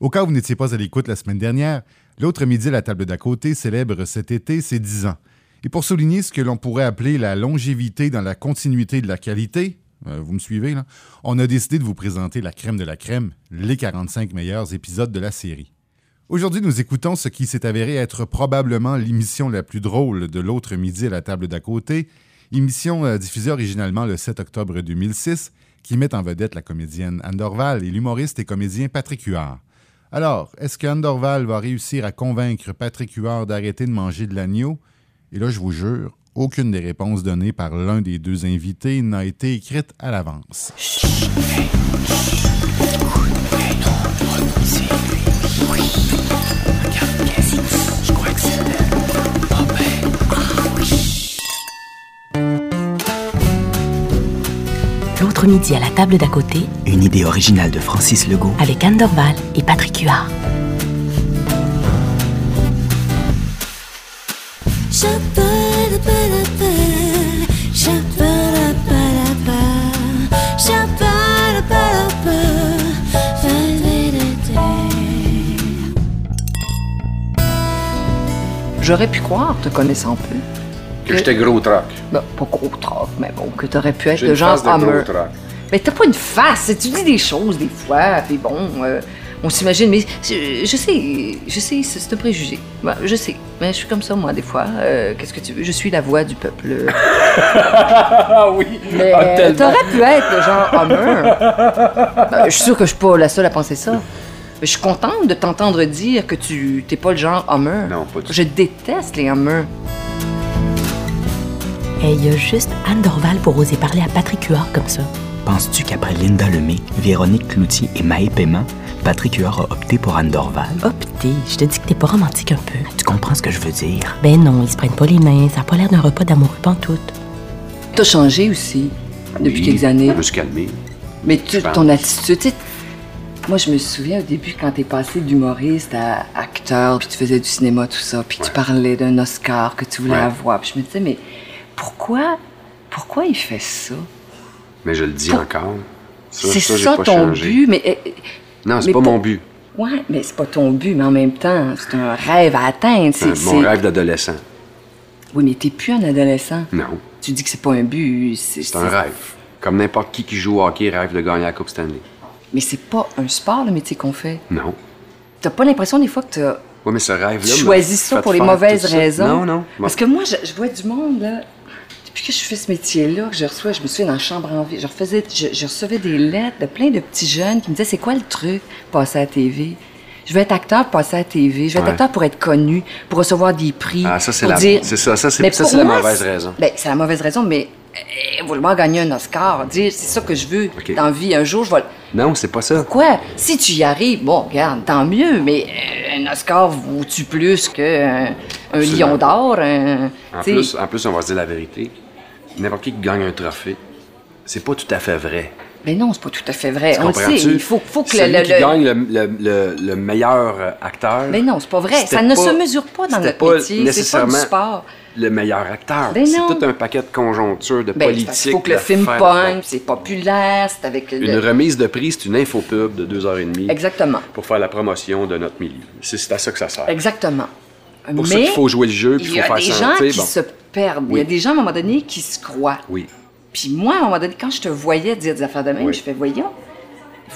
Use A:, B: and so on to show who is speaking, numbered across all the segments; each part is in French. A: Au cas où vous n'étiez pas à l'écoute la semaine dernière, l'autre midi, la table d'à côté célèbre cet été ses 10 ans. Et pour souligner ce que l'on pourrait appeler la longévité dans la continuité de la qualité, euh, vous me suivez là, on a décidé de vous présenter la crème de la crème, les 45 meilleurs épisodes de la série. Aujourd'hui, nous écoutons ce qui s'est avéré être probablement l'émission la plus drôle de l'autre midi à la table d'à côté, émission euh, diffusée originalement le 7 octobre 2006, qui met en vedette la comédienne Anne Dorval et l'humoriste et comédien Patrick Huard. Alors, est-ce qu'Anne Dorval va réussir à convaincre Patrick Huard d'arrêter de manger de l'agneau? Et là, je vous jure, aucune des réponses données par l'un des deux invités n'a été écrite à l'avance.
B: L'autre midi à la table d'à côté
C: Une idée originale de Francis Legault.
B: avec Anne Dorval et Patrick Huard.
D: Shabba-da-ba-da-ba, shabba-da-ba-da-ba, shabba-da-ba-da-ba, ba-da-da-da.
E: J'aurais pu croire, te connaissant plus,
F: Que j'étais gros troc.
E: ben, pas gros troc, mais bon, que t'aurais pu être
F: J'ai
E: de
F: une
E: genre
F: face de gros
E: Hummer.
F: troc.
E: Mais t'as pas une face, tu dis des choses des fois, puis bon, euh, on s'imagine, mais je, je sais, je sais, c'est c'est un préjugé. Ben, je sais, mais je suis comme ça moi des fois. Euh, Qu'est-ce que tu veux? Je suis la voix du peuple.
F: Ah oui!
E: Mais
F: Ah, tellement.
E: t'aurais pu être le genre Hummer. Ben, je suis sûre que je suis pas la seule à penser ça. Mais Je suis contente de t'entendre dire que tu t'es pas le genre Hummer.
F: Non, pas du tout.
E: Je déteste les Hummers.
B: Et il y a juste Anne Dorval pour oser parler à Patrick Huard comme ça.
C: Penses-tu qu'après Linda Lemay, Véronique Cloutier et Maë Paiement, Patrick Huard a opté pour Anne Dorval?
B: Opté, Oh, je te dis que t'es pas romantique un peu.
C: Tu comprends ce que je veux dire?
B: Ben non, ils se prennent pas les mains, ça a pas l'air d'un repas d'amoureux pantoute.
E: T'as changé aussi depuis
F: Oui,
E: quelques années.
F: On peut se calmer.
E: Mais tu,
F: je pense.
E: ton attitude, tu sais, moi je me souviens au début quand t'es passé d'humoriste à acteur, puis tu faisais du cinéma, tout ça, puis tu parlais d'un Oscar que tu voulais
F: Ouais.
E: avoir. Puis je me disais, mais pourquoi, pourquoi il fait ça?
F: Mais je le dis encore. Ça,
E: C'est ça,
F: ça, j'ai pas
E: ton
F: changé.
E: but, mais. eh, eh,
F: Non, c'est
E: mais
F: pas
E: pour-
F: mon but.
E: Ouais, mais c'est pas ton but, mais en même temps, c'est un rêve à atteindre.
F: C'est
E: C'est,
F: Euh, Ben, mon
E: c'est-
F: rêve d'adolescent.
E: Oui, mais t'es plus un adolescent.
F: Non,
E: Tu dis que c'est pas un but. C'est,
F: c'est un rêve. Comme n'importe qui qui joue au hockey rêve de gagner la Coupe Stanley.
E: Mais c'est pas un sport, le métier qu'on fait.
F: Non.
E: T'as pas l'impression des fois que t'as
F: Oui, mais ce rêve-là.
E: Tu
F: me
E: choisis
F: fait
E: ça pour les
F: faire
E: mauvaises
F: tout ça.
E: raisons.
F: Non, non. Bon.
E: Parce que moi, je, je vois du monde, là. Depuis que je fais ce métier-là, que je reçois, je me souviens dans la chambre en ville, je, refaisais, je, je recevais des lettres de plein de petits jeunes qui me disaient C'est quoi le truc, passer à la TV Je veux être acteur, pour passer à la TV. Je veux
F: Ouais.
E: être acteur pour être connu, pour recevoir des prix.
F: Ah, ça, c'est
E: pour
F: la-
E: dire-
F: c'est ça, ça, c'est-
E: Mais
F: ça,
E: pour
F: c'est la
E: moi,
F: mauvaise
E: c'est-
F: raison.
E: Ben, c'est la mauvaise raison, mais euh, vouloir gagner un Oscar, dire C'est ça que je veux
F: Ok.
E: dans la vie. Un jour, je vais. le-
F: Non, c'est pas ça.
E: Quoi? Si tu y arrives, bon, regarde, tant mieux, mais euh, un Oscar vaut-tu plus qu'un un
F: Absolument.
E: lion d'or? un-
F: En
E: t'sais,
F: plus, en plus, on va se dire la vérité. N'importe qui qui gagne un trophée, c'est pas tout à fait vrai.
E: Mais Ben non, c'est pas tout à fait vrai.
F: Tu
E: On le sait,
F: comprends-tu?
E: il faut, faut que le.
F: Celui
E: le-
F: qui
E: le-
F: gagne le, le- le- le meilleur euh, acteur.
E: Mais non, c'est pas vrai.
F: c'était
E: Ça ne
F: pas-
E: se mesure pas dans
F: c'était
E: notre
F: pas
E: métier. C'est pas
F: nécessairement
E: du sport.
F: Le meilleur acteur.
E: Ben
F: c'est
E: non.
F: tout un paquet de conjonctures, de
E: Ben, c'est parce
F: politique.
E: qu'il faut que le
F: de
E: film
F: faire-
E: pogne, c'est populaire, c'est avec le.
F: Une remise de prix, c'est une infopub de deux heures et demie
E: Exactement.
F: pour faire la promotion de notre milieu. C'est c'est à ça que ça sert.
E: Exactement.
F: Pour ça
E: mais
F: qu'il faut jouer le jeu, puis
E: il
F: il
E: y
F: faut
E: a
F: faire
E: des gens
F: sentir,
E: qui
F: bon.
E: se perdent. Il y a
F: Oui.
E: des gens, à un moment donné, qui se croient.
F: Oui.
E: Puis moi, à un moment donné, quand je te voyais dire des affaires de même,
F: Oui.
E: je fais voyons,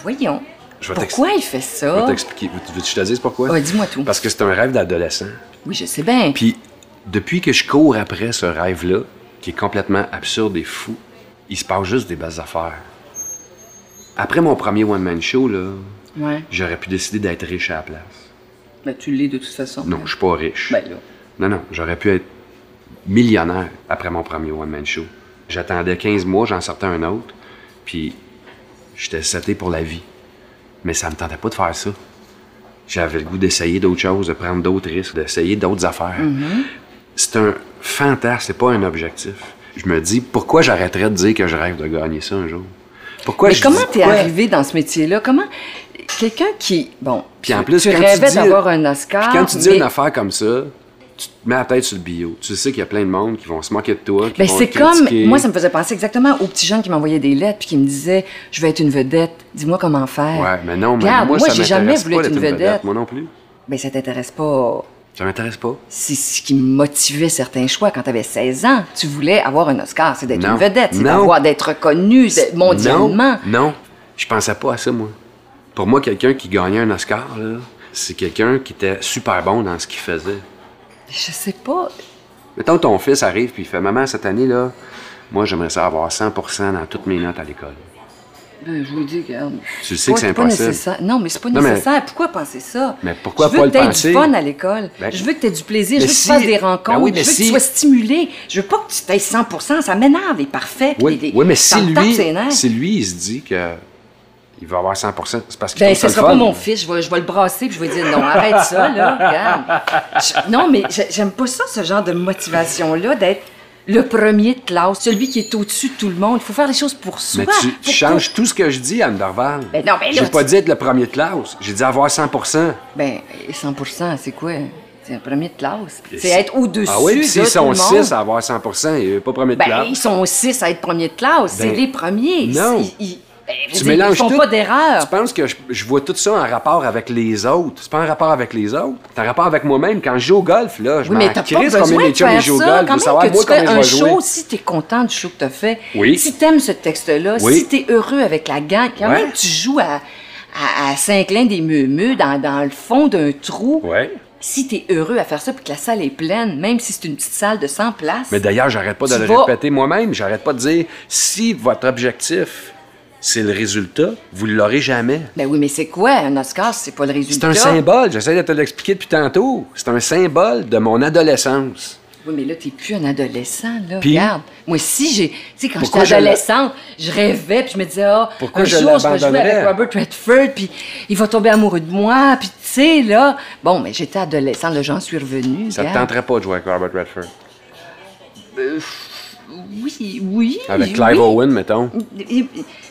E: voyons.
F: Je vais
E: pourquoi il fait
F: Je vais
E: ça?
F: t'expliquer. Veux- Veux-tu que je te dise pourquoi?
E: Ah. Ouais, dis-moi tout.
F: Parce que c'est un rêve d'adolescent.
E: Oui, je sais bien.
F: Puis, depuis que je cours après ce rêve-là, qui est complètement absurde et fou, il se passe juste des belles affaires. Après mon premier one-man show, là,
E: Ouais.
F: j'aurais pu décider d'être riche à la place.
E: Mais Ben, tu l'es de toute façon.
F: Non, je suis pas riche.
E: Ben là.
F: Non, non, j'aurais pu être millionnaire après mon premier one-man show. J'attendais 15 mois, j'en sortais un autre, puis j'étais seté pour la vie. Mais ça me tentait pas de faire ça. J'avais le goût d'essayer d'autres choses, de prendre d'autres risques, d'essayer d'autres affaires.
E: Mm-hmm.
F: C'est un fantasme, c'est pas un objectif. Je me dis, pourquoi j'arrêterais de dire que je rêve de gagner ça un jour? Pourquoi
E: Mais
F: je
E: comment
F: dis-
E: t'es
F: Ouais.
E: arrivé dans ce métier-là? Comment. Quelqu'un qui. Bon.
F: Puis en
E: tu-
F: plus,
E: tu
F: quand tu
E: rêvais
F: dis-
E: d'avoir un Oscar.
F: Puis quand tu dis
E: mais
F: une affaire comme ça, tu te mets la tête sur le bio. Tu sais qu'il y a plein de monde qui vont se moquer de toi. qui
E: Ben,
F: vont
E: c'est
F: te
E: comme.
F: critiquer.
E: Moi, ça me faisait penser exactement aux petits jeunes qui m'envoyaient des lettres puis qui me disaient Je vais être une vedette, dis-moi comment faire.
F: Ouais, mais non, mais
E: Regarde,
F: moi,
E: moi,
F: ça
E: j'ai jamais
F: m'intéresse
E: voulu
F: pas
E: être
F: d'être
E: une vedette.
F: Moi non plus.
E: Ben, ça t'intéresse pas.
F: Ça m'intéresse pas.
E: C'est ce qui motivait certains choix quand t'avais 16 ans. Tu voulais avoir un Oscar, c'est d'être
F: Non.
E: une vedette, c'est
F: Non.
E: d'avoir d'être reconnu de- mondialement.
F: Non, non, je pensais pas à ça, moi. Pour moi, quelqu'un qui gagnait un Oscar, là, c'est quelqu'un qui était super bon dans ce qu'il faisait.
E: Je sais pas.
F: Mettons, ton fils arrive puis il fait Maman, cette année, là, moi, j'aimerais ça avoir 100 dans toutes mes notes à l'école.
E: Ben, je vous le dis, regarde.
F: Tu le sais que
E: Ouais,
F: c'est
E: pas
F: impossible.
E: nécessaire. Non, mais c'est pas
F: Non, mais-
E: nécessaire. Pourquoi penser ça?
F: Mais pourquoi
E: je veux
F: pas
E: que
F: le
E: t'aies
F: penser?
E: du fun à l'école.
F: Ben-
E: je veux que tu aies du plaisir.
F: Mais
E: je veux que
F: si-
E: tu fasses des
F: Ben
E: rencontres.
F: oui, mais
E: je veux que
F: si-
E: tu sois stimulé. Je veux pas que tu t'aies 100 Ça m'énerve. Il est parfait. puis
F: Oui,
E: il est-
F: oui, mais
E: ça
F: si
E: me tape
F: lui,
E: ses nerfs.
F: si lui, il se dit que il va avoir 100 c'est parce qu'il
E: Ben,
F: trouve ça
E: ce
F: le
E: sera
F: fun.
E: pas mon fils. Je vais, je vais le brasser puis je vais dire non, arrête ça, là, regarde. Je- non, mais je- j'aime pas ça, ce genre de motivation-là, d'être le premier de classe, celui qui est au-dessus de tout le monde. Il faut faire les choses pour soi.
F: Mais tu, tu
E: pour-
F: changes tout ce que je dis, Anne Dorval.
E: Ben non, ben là,
F: J'ai pas
E: tu-
F: dit être le premier de classe. J'ai dit avoir 100
E: Ben, 100 c'est quoi? C'est un premier de classe.
F: Et
E: C'est
F: si-
E: être au-dessus
F: Ah oui, puis
E: de
F: s'ils
E: tout le
F: sont
E: monde.
F: 6 à avoir 100 il n'est pas premier de
E: Ben,
F: classe.
E: ils sont six à être premier de classe.
F: Ben,
E: c'est les premiers.
F: non.
E: Ils, ils- ben, je veux
F: Tu
E: dire, ils
F: mélanges
E: font
F: tout.
E: pas d'erreur.
F: Tu penses que je, je vois tout ça en rapport avec les autres? C'est pas en rapport avec les autres. C'est en rapport avec moi-même. Quand je joue au golf, là, je
E: Oui,
F: m'en
E: mais t'as pas
F: crisse
E: besoin
F: Ben, combien les
E: de faire
F: chums ils
E: ça.
F: jouent au
E: Quand
F: golf. Je veux
E: même
F: savoir,
E: que
F: moi,
E: tu fais
F: comment je
E: un
F: vais jouer.
E: show, si t'es content du show que t'as fait,
F: Oui.
E: si t'aimes ce texte-là,
F: Oui.
E: si t'es heureux avec la gang, quand
F: Ouais.
E: même tu joues à, à, à Saint-Clin des Meumeux, dans, dans le fond d'un trou,
F: Ouais.
E: si t'es heureux à faire ça puis que la salle est pleine, même si c'est une petite salle de 100 places,
F: Mais d'ailleurs, j'arrête pas de
E: Tu
F: le
E: vas-
F: répéter moi-même. J'arrête pas de dire si votre objectif, c'est le résultat, vous l'aurez jamais.
E: ben oui, mais c'est quoi un Oscar si c'est pas le
F: C'est
E: résultat?
F: un symbole. J'essaie de te l'expliquer depuis tantôt. C'est un symbole de mon adolescence.
E: Oui, mais là, t'es plus un adolescent, là.
F: Puis?
E: Regarde. Moi, si j'ai. Tu sais, quand
F: Pourquoi
E: j'étais
F: je l'a-
E: adolescente, je rêvais, puis je me disais, ah,
F: Pourquoi
E: un
F: je
E: jour, je vais jouer
F: l'abandonnerais?
E: avec Robert Redford, puis il va tomber amoureux de moi, puis tu sais, là. Bon, mais j'étais adolescente, là, j'en suis revenue.
F: Ça te
E: regarde.
F: tenterait pas de jouer avec Robert Redford.
E: Oui, oui.
F: Avec Clive
E: Eh oui.
F: Owen, mettons.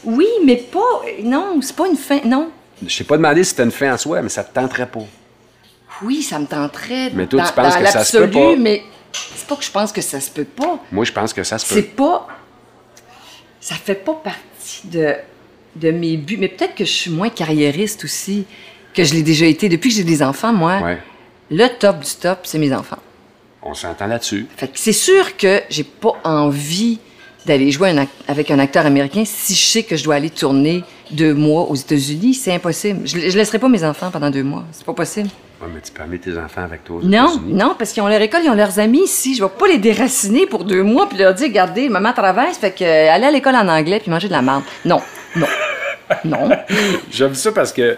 E: Oui, mais pas. Non, c'est pas une fin. Non.
F: Je t'ai pas demandé si c'était une fin en soi, mais ça te tenterait pas.
E: Oui, ça me tenterait.
F: Mais toi,
E: dans,
F: tu penses
E: dans
F: que ça se peut
E: l'absolu,
F: pas.
E: mais c'est pas que je pense que ça se peut pas.
F: Moi, je pense que ça se
E: C'est
F: peut.
E: pas. Ça fait pas partie de, de mes buts. Mais peut-être que je suis moins carriériste aussi que je l'ai déjà été. Depuis que j'ai des enfants, moi,
F: Ouais.
E: le top du top, c'est mes enfants.
F: On s'entend là-dessus.
E: Fait que c'est sûr que j'ai pas envie d'aller jouer un ac- avec un acteur américain si je sais que je dois aller tourner deux mois aux États-Unis. C'est impossible. Je, je laisserai pas mes enfants pendant deux mois. C'est pas possible.
F: Ouais, mais tu peux amener tes enfants avec toi. aux
E: Non,
F: États-Unis.
E: non, parce qu'ils ont leur école, ils ont leurs amis ici. Je vais pas les déraciner pour deux mois puis leur dire, regardez, maman traverse, fait que euh, allez à l'école en anglais puis manger de la merde. Non, non, non.
F: J'aime ça parce que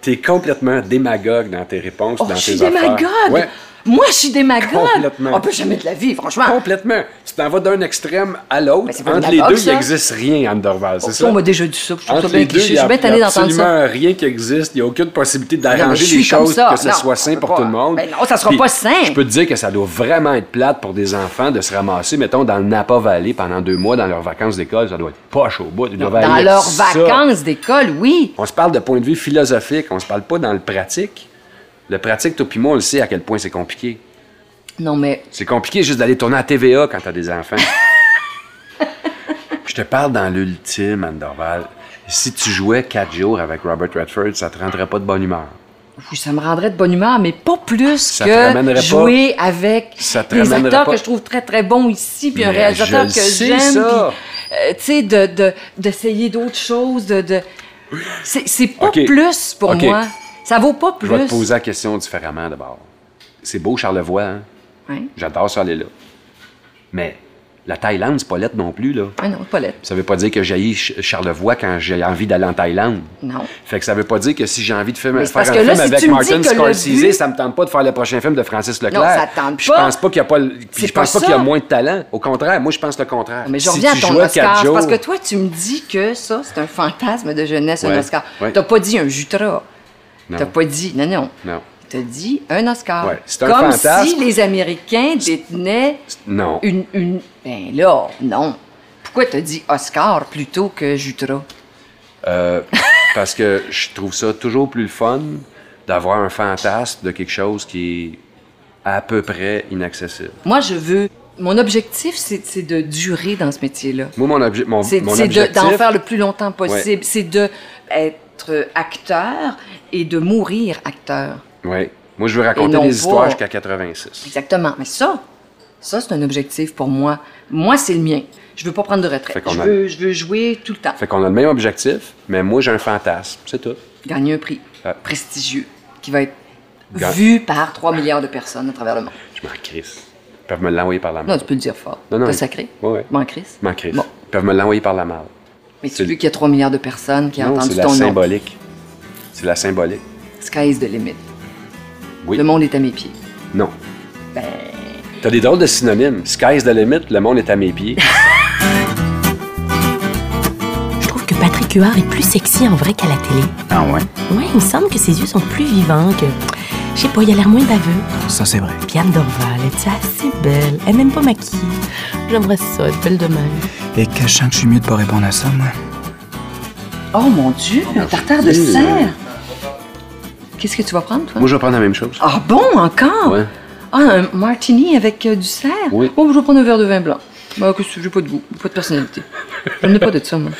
F: t'es complètement démagogue dans tes réponses,
E: Oh,
F: dans
E: je
F: tes
E: suis
F: affaires.
E: démagogue.
F: Ouais,
E: Moi, je suis démagogue.
F: Complètement.
E: On peut jamais de la vie, franchement.
F: complètement. Tu t'en vas d'un extrême à l'autre.
E: Mais c'est pas
F: Entre les
E: démagogue,
F: deux,
E: ça.
F: il n'existe rien, Anne Dorval, c'est ça?
E: On m'a déjà dit ça, puis je trouve
F: Entre
E: ça bien
F: les deux,
E: cliché.
F: il
E: Je
F: y
E: suis
F: a,
E: bien
F: il
E: tannée
F: y a
E: d'entendre ça.
F: absolument rien qui existe. Il n'y a aucune possibilité
E: Non, mais je
F: d'arranger
E: suis
F: les choses,
E: comme ça.
F: que ça
E: Non, on
F: soit sain
E: peut
F: pour
E: pas.
F: tout le monde.
E: Ben non, ça sera
F: Puis,
E: pas sain.
F: Je peux te dire que ça doit vraiment être plate pour des enfants de se ramasser, mettons, dans le Napa Valley pendant deux mois dans leurs vacances d'école. Ça doit être poche au bout. Ils doivent
E: Dans
F: aller
E: leurs
F: ça.
E: vacances d'école, oui.
F: On se parle de point de vue philosophique, on se parle pas dans le pratique. Le pratique, toi puis moi, on le sait à quel point c'est compliqué.
E: Non, mais
F: C'est compliqué juste d'aller tourner à TVA quand t'as des enfants. Je te parle dans l'ultime, Anne Dorval. Si tu jouais quatre jours avec Robert Redford, ça te rendrait pas de bonne humeur.
E: Oui, ça me rendrait de bonne humeur, mais pas plus
F: Ça te ramènerait
E: que
F: pas-
E: jouer avec
F: Ça te
E: des
F: ramènerait
E: acteurs
F: pas-
E: que je trouve très très bons ici, puis un
F: Mais
E: réalisateur
F: je
E: que
F: le sais,
E: j'aime, puis
F: ça.
E: euh, tu sais de- de- d'essayer d'autres choses, de, de... c'est c'est pas
F: Ok.
E: plus pour
F: Ok.
E: moi, ça vaut pas
F: Je
E: plus.
F: vais te poser la question différemment d'abord. C'est beau Charlevoix, hein?
E: Ouais.
F: J'adore ça aller là. Mais la Thaïlande, c'est pas lettre non plus, là.
E: Ah non, Paulette,
F: Ça veut pas dire que j'aille Charlevoix quand j'ai envie d'aller en Thaïlande.
E: non.
F: Fait que ça veut pas dire que si j'ai envie de faire,
E: Mais c'est
F: faire un
E: parce que
F: film
E: là, si
F: avec
E: tu me
F: Martin
E: dis que le
F: Scorsese,
E: but-
F: ça me tente pas de faire le prochain film de Francis Leclerc.
E: Non, ça te tente
F: Puis Je
E: pas.
F: pense pas qu'il y a pas le- puis
E: C'est
F: je pense
E: pas
F: pas qu'il y a
E: ça.
F: moins de talent. Au contraire, moi je pense le contraire.
E: Mais je
F: Si
E: reviens
F: tu
E: à ton
F: jouais quatre
E: Oscar, c'est
F: jours-
E: parce que toi, tu me dis que ça, c'est un fantasme de jeunesse,
F: Ouais,
E: un Oscar.
F: ouais.
E: T'as pas dit un Jutra.
F: Non.
E: T'as pas dit, non, non.
F: Non.
E: T'as dit un Oscar.
F: Ouais, c'est un
E: Comme
F: fantasme.
E: si les Américains détenaient
F: Non.
E: une, une... Ben là, non. Pourquoi t'as dit Oscar plutôt que Jutra?
F: Euh, parce que je trouve ça toujours plus le fun d'avoir un fantasme de quelque chose qui est à peu près inaccessible.
E: Moi, je veux. Mon objectif, c'est c'est de durer dans ce métier-là.
F: Moi, mon, obje- mon,
E: C'est
F: mon
E: c'est de-
F: objectif...
E: d'en faire le plus longtemps possible. C'est de être acteur et de mourir acteur.
F: Oui. Moi, je veux
E: Et
F: raconter
E: non
F: des
E: pas-
F: histoires jusqu'à 86.
E: Exactement. Mais ça, ça, c'est un objectif pour moi. Moi, c'est le mien. Je veux pas prendre de
F: Fait
E: retraite.
F: qu'on
E: Je
F: a-
E: veux, je veux jouer tout le temps.
F: Fait qu'on a le même objectif, mais moi, j'ai un fantasme. C'est tout.
E: Gagner un prix
F: Ah.
E: prestigieux qui va être
F: Ga-
E: vu par 3 milliards de personnes à travers le monde.
F: Je m'en crisse. Ils peuvent me l'envoyer par la main.
E: Non, tu peux le dire fort.
F: Non, non,
E: Pas
F: il-
E: sacré.
F: Ouais, ouais.
E: Bon, Chris.
F: Je m'en crisse.
E: Bon.
F: Ils peuvent me l'envoyer par la malle.
E: Mais tu
F: C'est-
E: veux qu'il y a 3 milliards de personnes qui ont
F: Non, c'est
E: entendu
F: la
E: ton nom.
F: symbolique. C'est la symbolique.
E: Sky is the limit.
F: Oui.
E: Le monde est à mes pieds.
F: Non.
E: Ben.
F: T'as des drôles de synonymes. Sky's the limit, le monde est à mes pieds.
B: Je trouve que Patrick Huard est plus sexy en vrai qu'à la télé.
C: Ah ouais,
B: Ouais, il me semble que ses yeux sont plus vivants, que. Je sais pas, il a l'air moins baveux.
C: ça c'est vrai.
B: Puis Anne Dorval, elle est assez belle. Elle n'aime pas maquiller. J'aimerais ça, être belle de même.
C: Et que je sens que je suis mieux de pas répondre à ça, moi.
E: Oh mon Dieu,
F: Ah,
E: un tartare de
F: Dieu.
E: serre! Qu'est-ce que tu vas prendre, toi?
F: Moi, je vais prendre la même chose.
E: Ah bon, encore?
F: Ouais.
E: Ah, un martini avec euh, du cerf?
F: Oui.
E: Oh, je vais prendre un verre de vin blanc. Bah, que j'ai pas de goût, pas de personnalité. Je n'ai pas de ça, moi.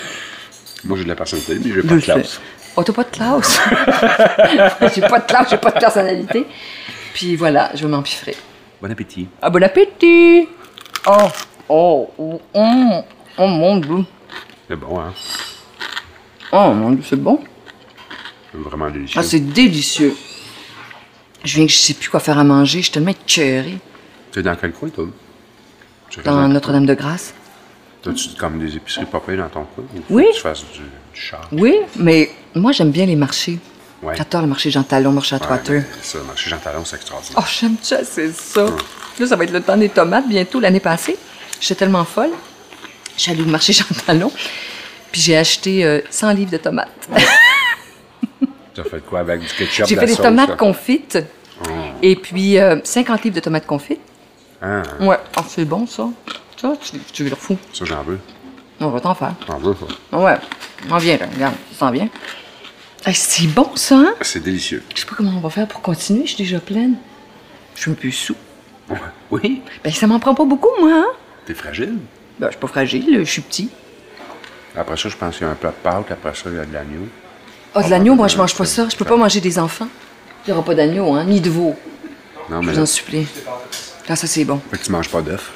F: Moi, j'ai de la personnalité, mais
E: Je
F: j'ai pas de
E: le sais.
F: classe.
E: Oh, t'as pas de classe? j'ai pas de classe, j'ai pas de personnalité. Puis voilà, je vais m'empiffrer.
F: Bon appétit.
E: Ah, bon appétit! Oh, oh, oh, oh, oh mon Dieu.
F: C'est bon, hein?
E: Oh mon Dieu, c'est bon.
F: C'est vraiment délicieux.
E: Ah, c'est délicieux. Je viens que je sais plus quoi faire à manger, je suis tellement écœurée.
F: T'es dans quel coin, toi? Tu restes
E: Dans
F: quel
E: Notre-Dame-de-Grâce.
F: coin? T'as-tu comme des épiceries pas payées dans ton coin? Ou faut
E: Oui.
F: que Tu fasses du, du char.
E: Oui, mais moi, j'aime bien les marchés.
F: Ouais.
E: J'adore le marché Jean Talon, marché à
F: Ouais,
E: Trois-Teux.
F: Ça, le marché Jean Talon, c'est extraordinaire.
E: Oh, j'aime ça, c'est ça. Là, ça va être le temps des tomates bientôt, l'année passée. J'étais tellement folle. Je suis allée au marché Jean Talon, puis j'ai acheté euh, 100 livres de tomates.
F: T'as fait quoi avec du ketchup?
E: Oh. J'ai
F: de
E: fait
F: la
E: des
F: sauce, là?
E: tomates confites, et puis euh, 50 livres de tomates confites.
F: Ah,
E: Ouais, Ah, c'est bon, ça. Ça, tu, tu veux le fou.
F: ça, j'en veux.
E: On va t'en faire.
F: J'en veux, ça.
E: Ouais, on vient, là. Regarde, ça sent bien. Hey, c'est bon, ça, hein?
F: C'est délicieux.
E: Je sais pas comment on va faire pour continuer, je suis déjà pleine. Je suis un peu sous.
F: Ouais. Oui.
E: Ben, ça m'en prend pas beaucoup, moi, hein?
F: T'es fragile.
E: Ben, je suis pas fragile, je suis petit.
F: Après ça, je pense qu'il y a un plat de pâtes. Après ça, il y a de l'agneau.
E: Ah, de
F: ben,
E: l'agneau, moi, je mange pas ça. Je peux pas manger des enfants. Il y aura pas d'agneau, hein? Ni de veau.
F: Non,
E: Je
F: mais
E: vous en
F: là,
E: supplie. Là, ça, c'est bon.
F: fait que tu manges pas d'œufs.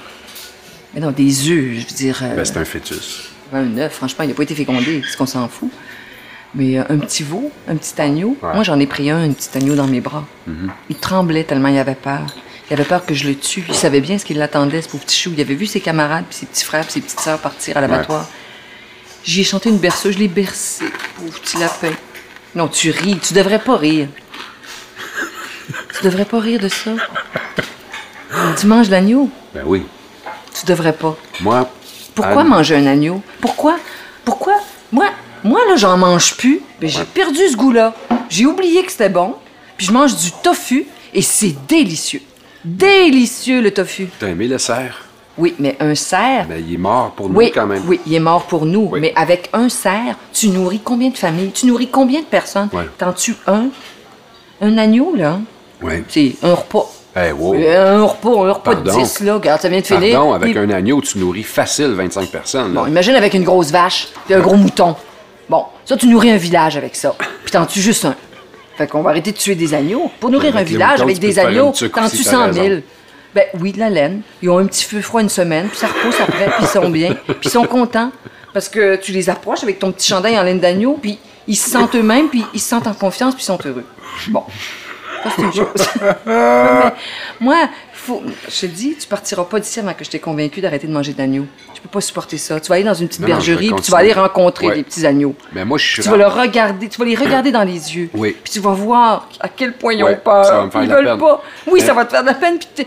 E: Mais non, des œufs, je veux dire. euh,
F: Ben, c'est un fœtus.
E: un œuf, franchement, il a pas été fécondé, c'est qu'on s'en fout. Mais euh, un petit veau, un petit agneau.
F: Ouais.
E: Moi, j'en ai pris un, un petit agneau dans mes bras. Il tremblait tellement il avait peur. Il avait peur que je le tue. Il savait bien ce qu'il l'attendait, ce pauvre petit chou. Il avait vu ses camarades, puis ses petits frères, puis ses petites sœurs partir à l'abattoir. J'y ai chanté une berceuse, je l'ai bercé, pauvre petit lapin. Non, tu ris, tu devrais pas rire. tu devrais pas rire de ça. Tu manges l'agneau?
F: Ben oui.
E: Tu devrais pas.
F: Moi.
E: Pourquoi
F: Anne-
E: manger un agneau? Pourquoi? Pourquoi? Moi, moi là, j'en mange plus. Mais j'ai perdu ce goût-là. J'ai oublié que c'était bon. Puis je mange du tofu et c'est délicieux. Délicieux, le tofu.
F: T'as aimé le cerf?
E: Oui, mais un cerf...
F: Ben, il est mort pour nous,
E: oui,
F: quand même.
E: oui, il est mort pour nous.
F: Oui.
E: Mais avec un cerf, tu nourris combien de familles? Tu nourris combien de personnes?
F: Ouais.
E: T'en tues un? Un agneau, là? hein?
F: Ouais.
E: C'est un repas.
F: Hey, wow.
E: Un repas, un repas
F: Oh. Pardon.
E: de 10, là. Regarde, ça vient de finir.
F: Pardon, avec
E: Il-
F: un agneau, tu nourris facile 25 personnes. là.
E: Bon, imagine avec une grosse vache et un gros mouton. Bon, ça, tu nourris un village avec ça. Puis t'en tues juste un. Fait qu'on va arrêter de tuer des agneaux. Pour nourrir
F: Avec
E: un
F: les
E: village
F: moutons,
E: avec
F: tu peux
E: des
F: te faire
E: agneaux,
F: une tuque
E: t'en
F: aussi,
E: tues
F: t'as
E: 100
F: raison.
E: 000. Ben oui, de la laine. Ils ont un petit feu froid une semaine, puis ça repousse après, puis ils sont bien, puis ils sont contents. Parce que tu les approches avec ton petit chandail en laine d'agneau, puis ils se sentent eux-mêmes, puis ils se sentent en confiance, puis ils sont heureux. Bon. Ça, c'est une chose. Mais moi, faut, je te dis, tu partiras pas d'ici avant que je t'ai convaincu d'arrêter de manger d'agneau. Je peux pas supporter ça. Tu vas aller dans une petite
F: Non, non, je vais
E: bergerie, puis tu
F: continuer.
E: vas aller rencontrer
F: Ouais.
E: les petits agneaux.
F: Mais Ben, moi, je suis
E: Tu vas, le regarder, tu vas les regarder dans les yeux.
F: Oui.
E: Puis tu vas voir à quel point ils
F: Ouais,
E: ont peur.
F: ça va me faire
E: ils
F: de la
E: veulent
F: peine.
E: pas. Oui,
F: Mais-
E: ça va te faire de la peine. Puis t'es-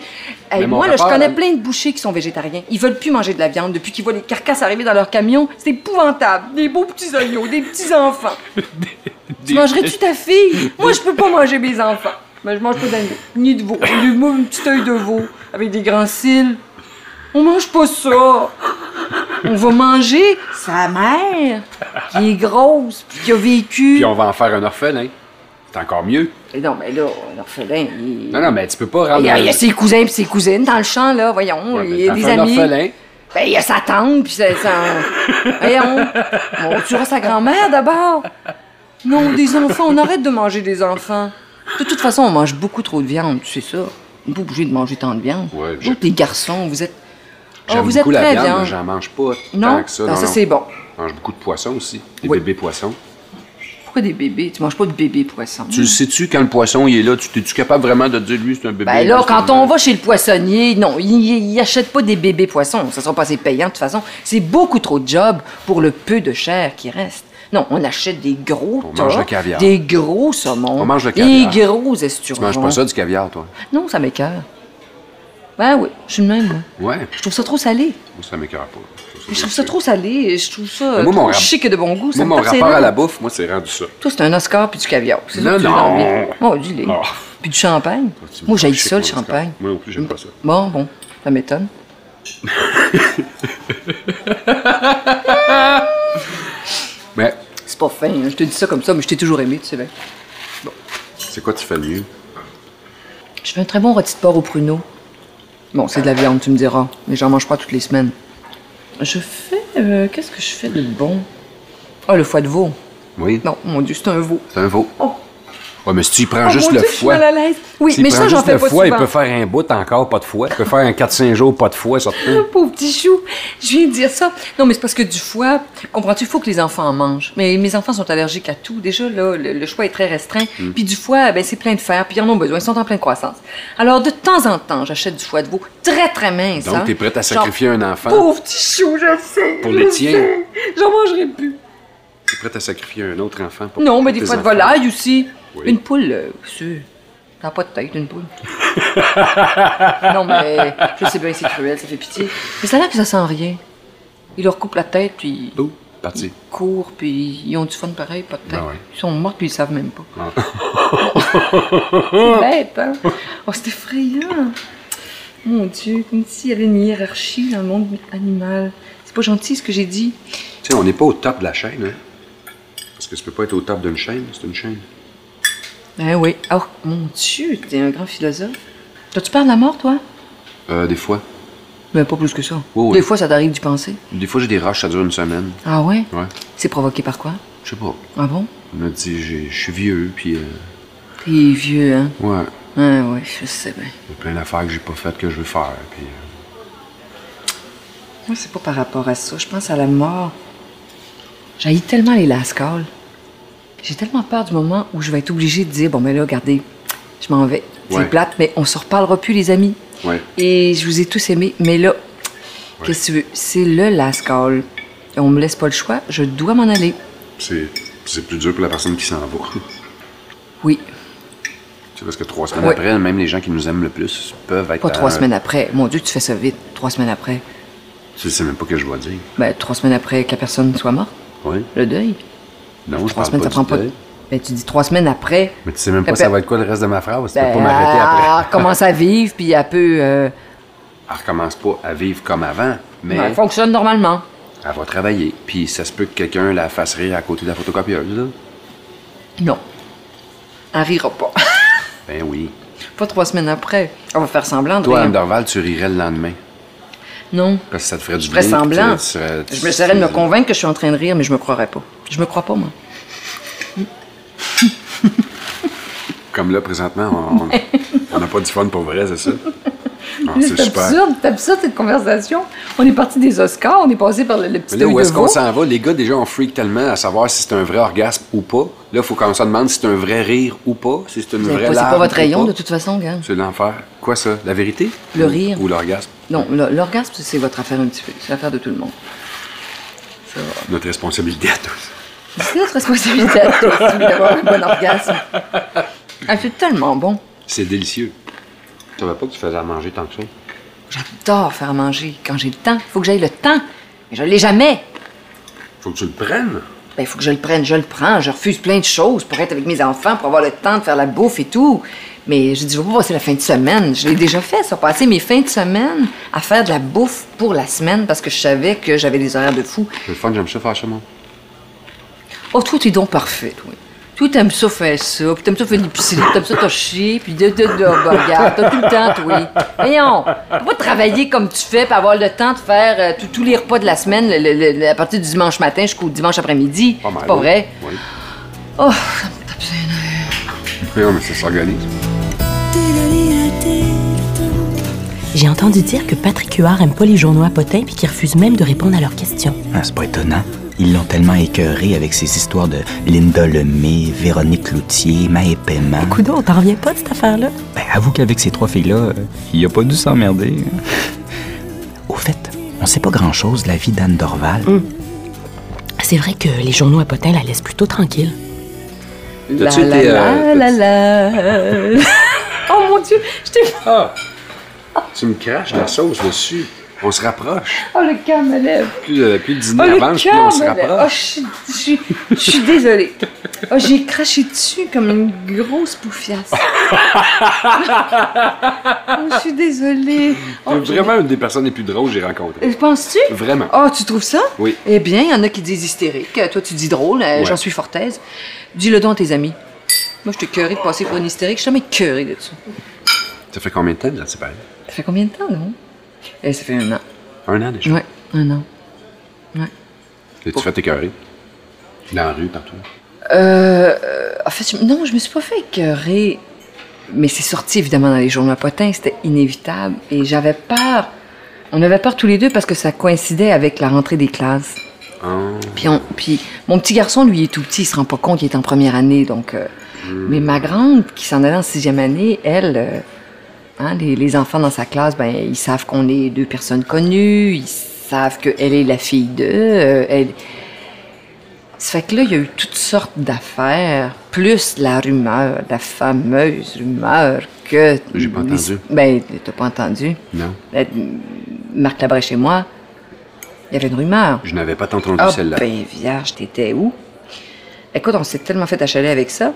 E: Hey,
F: Mais mon
E: moi, là, je
F: rapport,
E: connais
F: elle-
E: plein de bouchers qui sont végétariens. Ils veulent plus manger de la viande depuis qu'ils voient les carcasses arriver dans leur camion. C'est épouvantable. Des beaux petits agneaux, des petits enfants. Tu mangerais-tu ta fille? Moi, je peux pas manger mes enfants. Mais je mange pas d'agneau, ni de veau. Du veau, une petite œil de veau, avec des grands cils. On mange pas ça. On va manger sa mère, qui est grosse, puis qui a vécu.
F: Puis on va en faire un orphelin. C'est encore mieux.
E: Et non, mais là, l'orphelin, il...
F: Non, non, mais tu peux pas rendre.
E: Il y, a, il y a ses cousins et ses cousines dans le champ, là, voyons.
F: Ouais, mais
E: il y a
F: t'en
E: des
F: fais un
E: amis.
F: orphelin.
E: Ben, il y a sa tante, puis c'est son... voyons. Bon, tu vois sa grand-mère d'abord. Non, des enfants, on arrête de manger des enfants. De toute façon, on mange beaucoup trop de viande, tu sais ça. On n'est pas obligé de manger tant de viande.
F: Ouais,
E: vous, les garçons, vous êtes. Ah,
F: J'aime
E: vous êtes
F: beaucoup la
E: très
F: viande, mais
E: viande.
F: j'en mange pas
E: Non,
F: tant que ça.
E: Non,
F: non,
E: ça
F: non.
E: c'est bon.
F: Je mange beaucoup de poissons aussi. Des
E: Oui.
F: bébés poissons.
E: Pourquoi des bébés? Tu manges pas de bébés poissons.
F: Tu le sais-tu quand le poisson il est là? Tu T'es-tu capable vraiment de dire lui c'est un bébé?
E: Ben là,
F: lui, c'est
E: quand
F: un
E: on
F: bébé?
E: va chez le poissonnier, non, il- il il achète pas des bébés poissons. Ça sera pas assez payant, de toute façon. C'est beaucoup trop de job pour le peu de chair qui reste. Non, on achète des gros
F: On
E: thas,
F: mange le caviar.
E: des gros saumons,
F: On mange le
E: des
F: caviar.
E: gros
F: Tu
E: esturgeons.
F: manges pas ça du caviar, toi?
E: Non, ça m'écœure. Ben oui, je suis le même, moi.
F: Ouais. Moi,
E: Je trouve ça trop salé.
F: ça m'écœure pas.
E: Je trouve ça trop salé. Je trouve ça
F: Mais moi, mon
E: trop
F: rap-
E: chic et de bon goût. ça
F: Moi,
E: me
F: mon
E: tape ses
F: rapport à
E: nerfs.
F: la bouffe, moi, c'est rendu ça.
E: Toi, c'est un Oscar puis du caviar. C'est ça
F: Non,
E: que tu veux
F: non.
E: dans la vie. Bon, dis-le.
F: Oh.
E: Puis du champagne.
F: Tu me
E: Moi, j'ai
F: chic,
E: ça, le
F: mon Oscar.
E: champagne.
F: Moi non plus, j'aime pas ça.
E: Bon, bon, ça m'étonne.
F: Mais
E: C'est pas fin, hein. je te dis ça comme ça, mais je t'ai toujours aimé, tu sais bien.
F: c'est quoi tu fais de mieux?
E: Je fais un très bon rôti de porc au pruneau. Bon, c'est de la viande, tu me diras, mais j'en mange pas toutes les semaines. Je fais. euh, Qu'est-ce que je fais de bon? Ah, le foie de veau.
F: Oui,
E: Non, mon Dieu, c'est un veau.
F: c'est un veau.
E: Oh.
F: Ouais, mais si tu y prends
E: Oh,
F: juste
E: mon
F: le
E: Dieu, je suis
F: foie.
E: mal à l'aise. Oui,
F: s'il
E: mais
F: prend
E: ça, j'en
F: juste
E: fais
F: le
E: pas
F: foie,
E: souvent.
F: Il peut faire un bout encore, pas de foie. Il peut faire un 4-5 jours, pas de foie, surtout.
E: Pauvre petit chou, je viens de dire ça. Non, mais c'est parce que du foie, comprends-tu, il faut que les enfants en mangent. Mais mes enfants sont allergiques à tout. Déjà, là, le, le choix est très restreint.
F: Mm.
E: Puis du foie, ben, c'est plein de fer, puis ils en ont besoin, ils sont en pleine croissance. Alors, de temps en temps, j'achète du foie de veau très, très mince.
F: Donc,
E: hein.
F: t'es prête à
E: Genre,
F: sacrifier un enfant.
E: Pauvre petit chou, je le sais.
F: Pour
E: je
F: les
E: le
F: tiens.
E: sais. J'en mangerai plus.
F: T'es prête à sacrifier un autre enfant pour
E: Non, mais
F: tes
E: des fois de
F: enfants.
E: volaille aussi.
F: Oui.
E: Une poule, euh, c'est- T'as pas de tête, une poule. non, mais je sais bien que c'est cruel, ça fait pitié. Mais ça a l'air que ça sent rien. Il leur coupe la tête, puis
F: Oh,
E: ils
F: parti.
E: courent, puis ils ont du fun pareil, pas de tête.
F: Ben ouais.
E: Ils sont morts, puis ils le savent même pas.
F: Ah.
E: c'est bête, hein? Oh, c'est effrayant. Mon Dieu, comme s'il y avait une hiérarchie dans le monde animal. C'est pas gentil ce que j'ai dit.
F: Tu sais, on n'est pas au top de la chaîne, hein? Parce que tu peux pas être au top d'une chaîne, c'est une chaîne.
E: Ben oui. Oh, mon Dieu, t'es un grand philosophe. T'as-tu peur de la mort, toi?
F: Euh, des fois.
E: Ben, pas plus que ça.
F: Oui, oui.
E: Des fois, ça t'arrive d'y penser.
F: Des fois, j'ai des rushs, ça dure une semaine.
E: Ah ouais?
F: Ouais.
E: C'est provoqué par quoi?
F: Je sais pas.
E: Ah bon?
F: On m'a dit, j'ai- je suis vieux, puis. euh,
E: T'es vieux, hein?
F: ouais,
E: Ouais, ouais, je sais bien.
F: il y a plein d'affaires que j'ai pas faites que je veux faire, puis. euh,
E: Moi, c'est pas par rapport à ça. Je pense à la mort. J'haïs tellement les lascales. J'ai tellement peur du moment où je vais être obligée de dire, bon, ben là, regardez, je m'en vais.
F: Ouais.
E: C'est plate, mais on se reparlera plus, les amis.
F: ouais.
E: Et je vous ai tous aimé, mais là, qu'est-ce que tu veux? C'est le lascal. On me laisse pas le choix, je dois m'en aller.
F: C'est c'est plus dur pour la personne qui s'en va.
E: Oui,
F: tu sais, parce que trois semaines
E: Ouais.
F: après, même les gens qui nous aiment le plus peuvent être.
E: pas trois
F: à-
E: semaines après. Mon Dieu, tu fais ça vite. Trois semaines après.
F: Tu sais même pas que je vais dire.
E: Ben, trois semaines après que la personne soit morte,
F: Oui.
E: le deuil.
F: Non, je
E: trois
F: parle
E: semaines,
F: Ah, pas
E: ça
F: du
E: prend pas.
F: deuil.
E: Ben, tu dis trois semaines après.
F: Mais tu sais même pas
E: Ben,
F: ça va être quoi le reste de ma phrase. Tu peux pas
E: ben,
F: m'arrêter
E: elle
F: après.
E: recommence à vivre, puis elle peut. euh,
F: Elle recommence pas à vivre comme avant, mais
E: ben, elle fonctionne normalement.
F: elle va travailler. Puis ça se peut que quelqu'un la fasse rire à côté de la photocopieuse, là.
E: Non. Elle rira pas.
F: Ben oui.
E: pas trois semaines après. On va faire semblant de
F: Toi,
E: rire.
F: Anderval, tu rirais le lendemain.
E: Non.
F: Parce que ça te ferait du
E: Je ferais
F: bien, puis
E: semblant.
F: tu serais- tu-
E: Je me serais de me
F: tu-
E: convaincre que je suis en train de rire, mais je me croirais pas. Je me crois pas, moi.
F: Comme là, présentement, on- on n'a pas du fun pour vrai, c'est ça? Ah, c'est super.
E: c'est absurde cette conversation. On est parti des Oscars, on est passé par le, petit
F: Mais là, où est-ce qu'on s'en va? Les gars, déjà, on freak tellement à savoir si c'est un vrai orgasme ou pas. Là, il faut qu'on se demande si c'est un vrai rire ou pas, si c'est une
E: C'est
F: vraie
E: pas, c'est pas
F: larme
E: votre
F: ou
E: rayon, de
F: pas.
E: toute façon, gars.
F: C'est l'enfer. Quoi, ça? La vérité?
E: Le
F: Ou-
E: rire.
F: Ou l'orgasme?
E: Non, le- l'orgasme, c'est votre affaire un petit peu. C'est l'affaire de tout le monde.
F: Notre responsabilité à tous.
E: C'est notre responsabilité à tous oui, d'avoir un bon orgasme. Ah, c'est tellement bon.
F: C'est délicieux. Tu savais pas que tu faisais à manger tant que ça?
E: J'adore faire à manger quand j'ai le temps. Faut que j'aille le temps. Mais je l'ai jamais.
F: Faut que tu le prennes.
E: Ben, faut que je le prenne, je le prends. Je refuse plein de choses pour être avec mes enfants, pour avoir le temps de faire la bouffe et tout. Mais je dis, je vais pas passer la fin de semaine. Je l'ai déjà fait, ça. Passer mes fins de semaine à faire de la bouffe pour la semaine parce que je savais que j'avais des horaires de fou.
F: C'est le fun, j'aime ça faire ça, moi.
E: Oh, toi, t'es donc parfait, toi. Toi, t'aimes ça faire ça, puis t'aimes ça faire l'épicerie, puis t'aimes ça t'as chier, puis de, de, de, ben, regarde, t'as tout le temps, toi. Voyons, faut pas travailler comme tu fais, puis avoir le temps de faire euh, tout- tous les repas de la semaine, le- le- le- à partir du dimanche matin jusqu'au dimanche après-midi.
F: Pas mal.
E: C'est pas
F: oui.
E: vrai?
F: Oui.
E: Oh, ça me tape sur les nerfs.
F: Non, mais ça s'organise.
B: J'ai entendu dire que Patrick Huard aime pas les journaux à potins puis qu'il refuse même de répondre à leurs questions.
C: Ah, c'est pas étonnant. Ils l'ont tellement écœuré avec ces histoires de Linda Lemay, Véronique Loutier, Maë Paiement.
B: Coudon, t'en reviens pas de cette affaire-là?
C: Ben, avoue qu'avec ces trois filles-là, euh, il a pas dû s'emmerder. Au fait, on sait pas grand-chose de la vie d'Anne Dorval.
B: C'est vrai que les journaux à potins la laissent plutôt tranquille.
E: La
F: T'as-tu
E: la
F: été,
E: la
F: euh,
E: la la. Oh mon Dieu, je t'ai
F: Ah! Tu me craches la sauce dessus. On se rapproche.
E: Oh le cœur me lève.
F: Plus, euh, plus le dîner
E: Oh le
F: avance, plus on
E: cœur
F: se
E: me lève. Oh, je
F: rapproche.
E: suis- je suis- je suis désolée. Oh, j'ai craché dessus comme une grosse poufiasse. Oh, je suis désolée. Oh,
F: T'es
E: je-
F: Euh, vraiment une des personnes les plus drôles que j'ai rencontrées.
E: Euh, Penses-tu?
F: Vraiment.
E: Oh, tu trouves ça?
F: Oui.
E: Eh bien, il y en a qui disent hystérique. Toi, tu dis drôle. Euh,
F: Ouais.
E: J'en suis fort aise. Dis-le donc à tes amis. Moi, je t'ai curé de passer pour une hystérique. Je suis jamais curé de ça.
F: Ça fait combien de temps de la séparer?
E: Ça fait combien de temps, non? Eh, ça fait un an.
F: Un an déjà.
E: Ouais, un an.
F: Tu fais t'écœurer. Dans la rue, partout.
E: Euh, euh, en fait, je- non, je me suis pas fait écœurer. Mais c'est sorti évidemment dans les journaux à potins, c'était inévitable. Et j'avais peur. On avait peur tous les deux parce que ça coïncidait avec la rentrée des classes.
F: Ah.
E: Puis, on- puis mon petit garçon, lui, il est tout petit, il se rend pas compte, il est en première année. donc... euh,
F: Hmm.
E: Mais ma grande, qui s'en allait en sixième année, elle, euh, hein, les, les enfants dans sa classe, ben, ils savent qu'on est deux personnes connues, ils savent qu'elle est la fille d'eux. euh, elle... Ça fait que là, il y a eu toutes sortes d'affaires, plus la rumeur, la fameuse rumeur que...
F: J'ai pas entendu.
E: Ben, t'as pas entendu.
F: Non.
E: Ben, Marc Labrèche et moi, il y avait une rumeur.
F: Je n'avais pas tant entendu
E: Ah,
F: celle-là.
E: ben, vierge, t'étais où? Écoute, on s'est tellement fait achaler avec ça.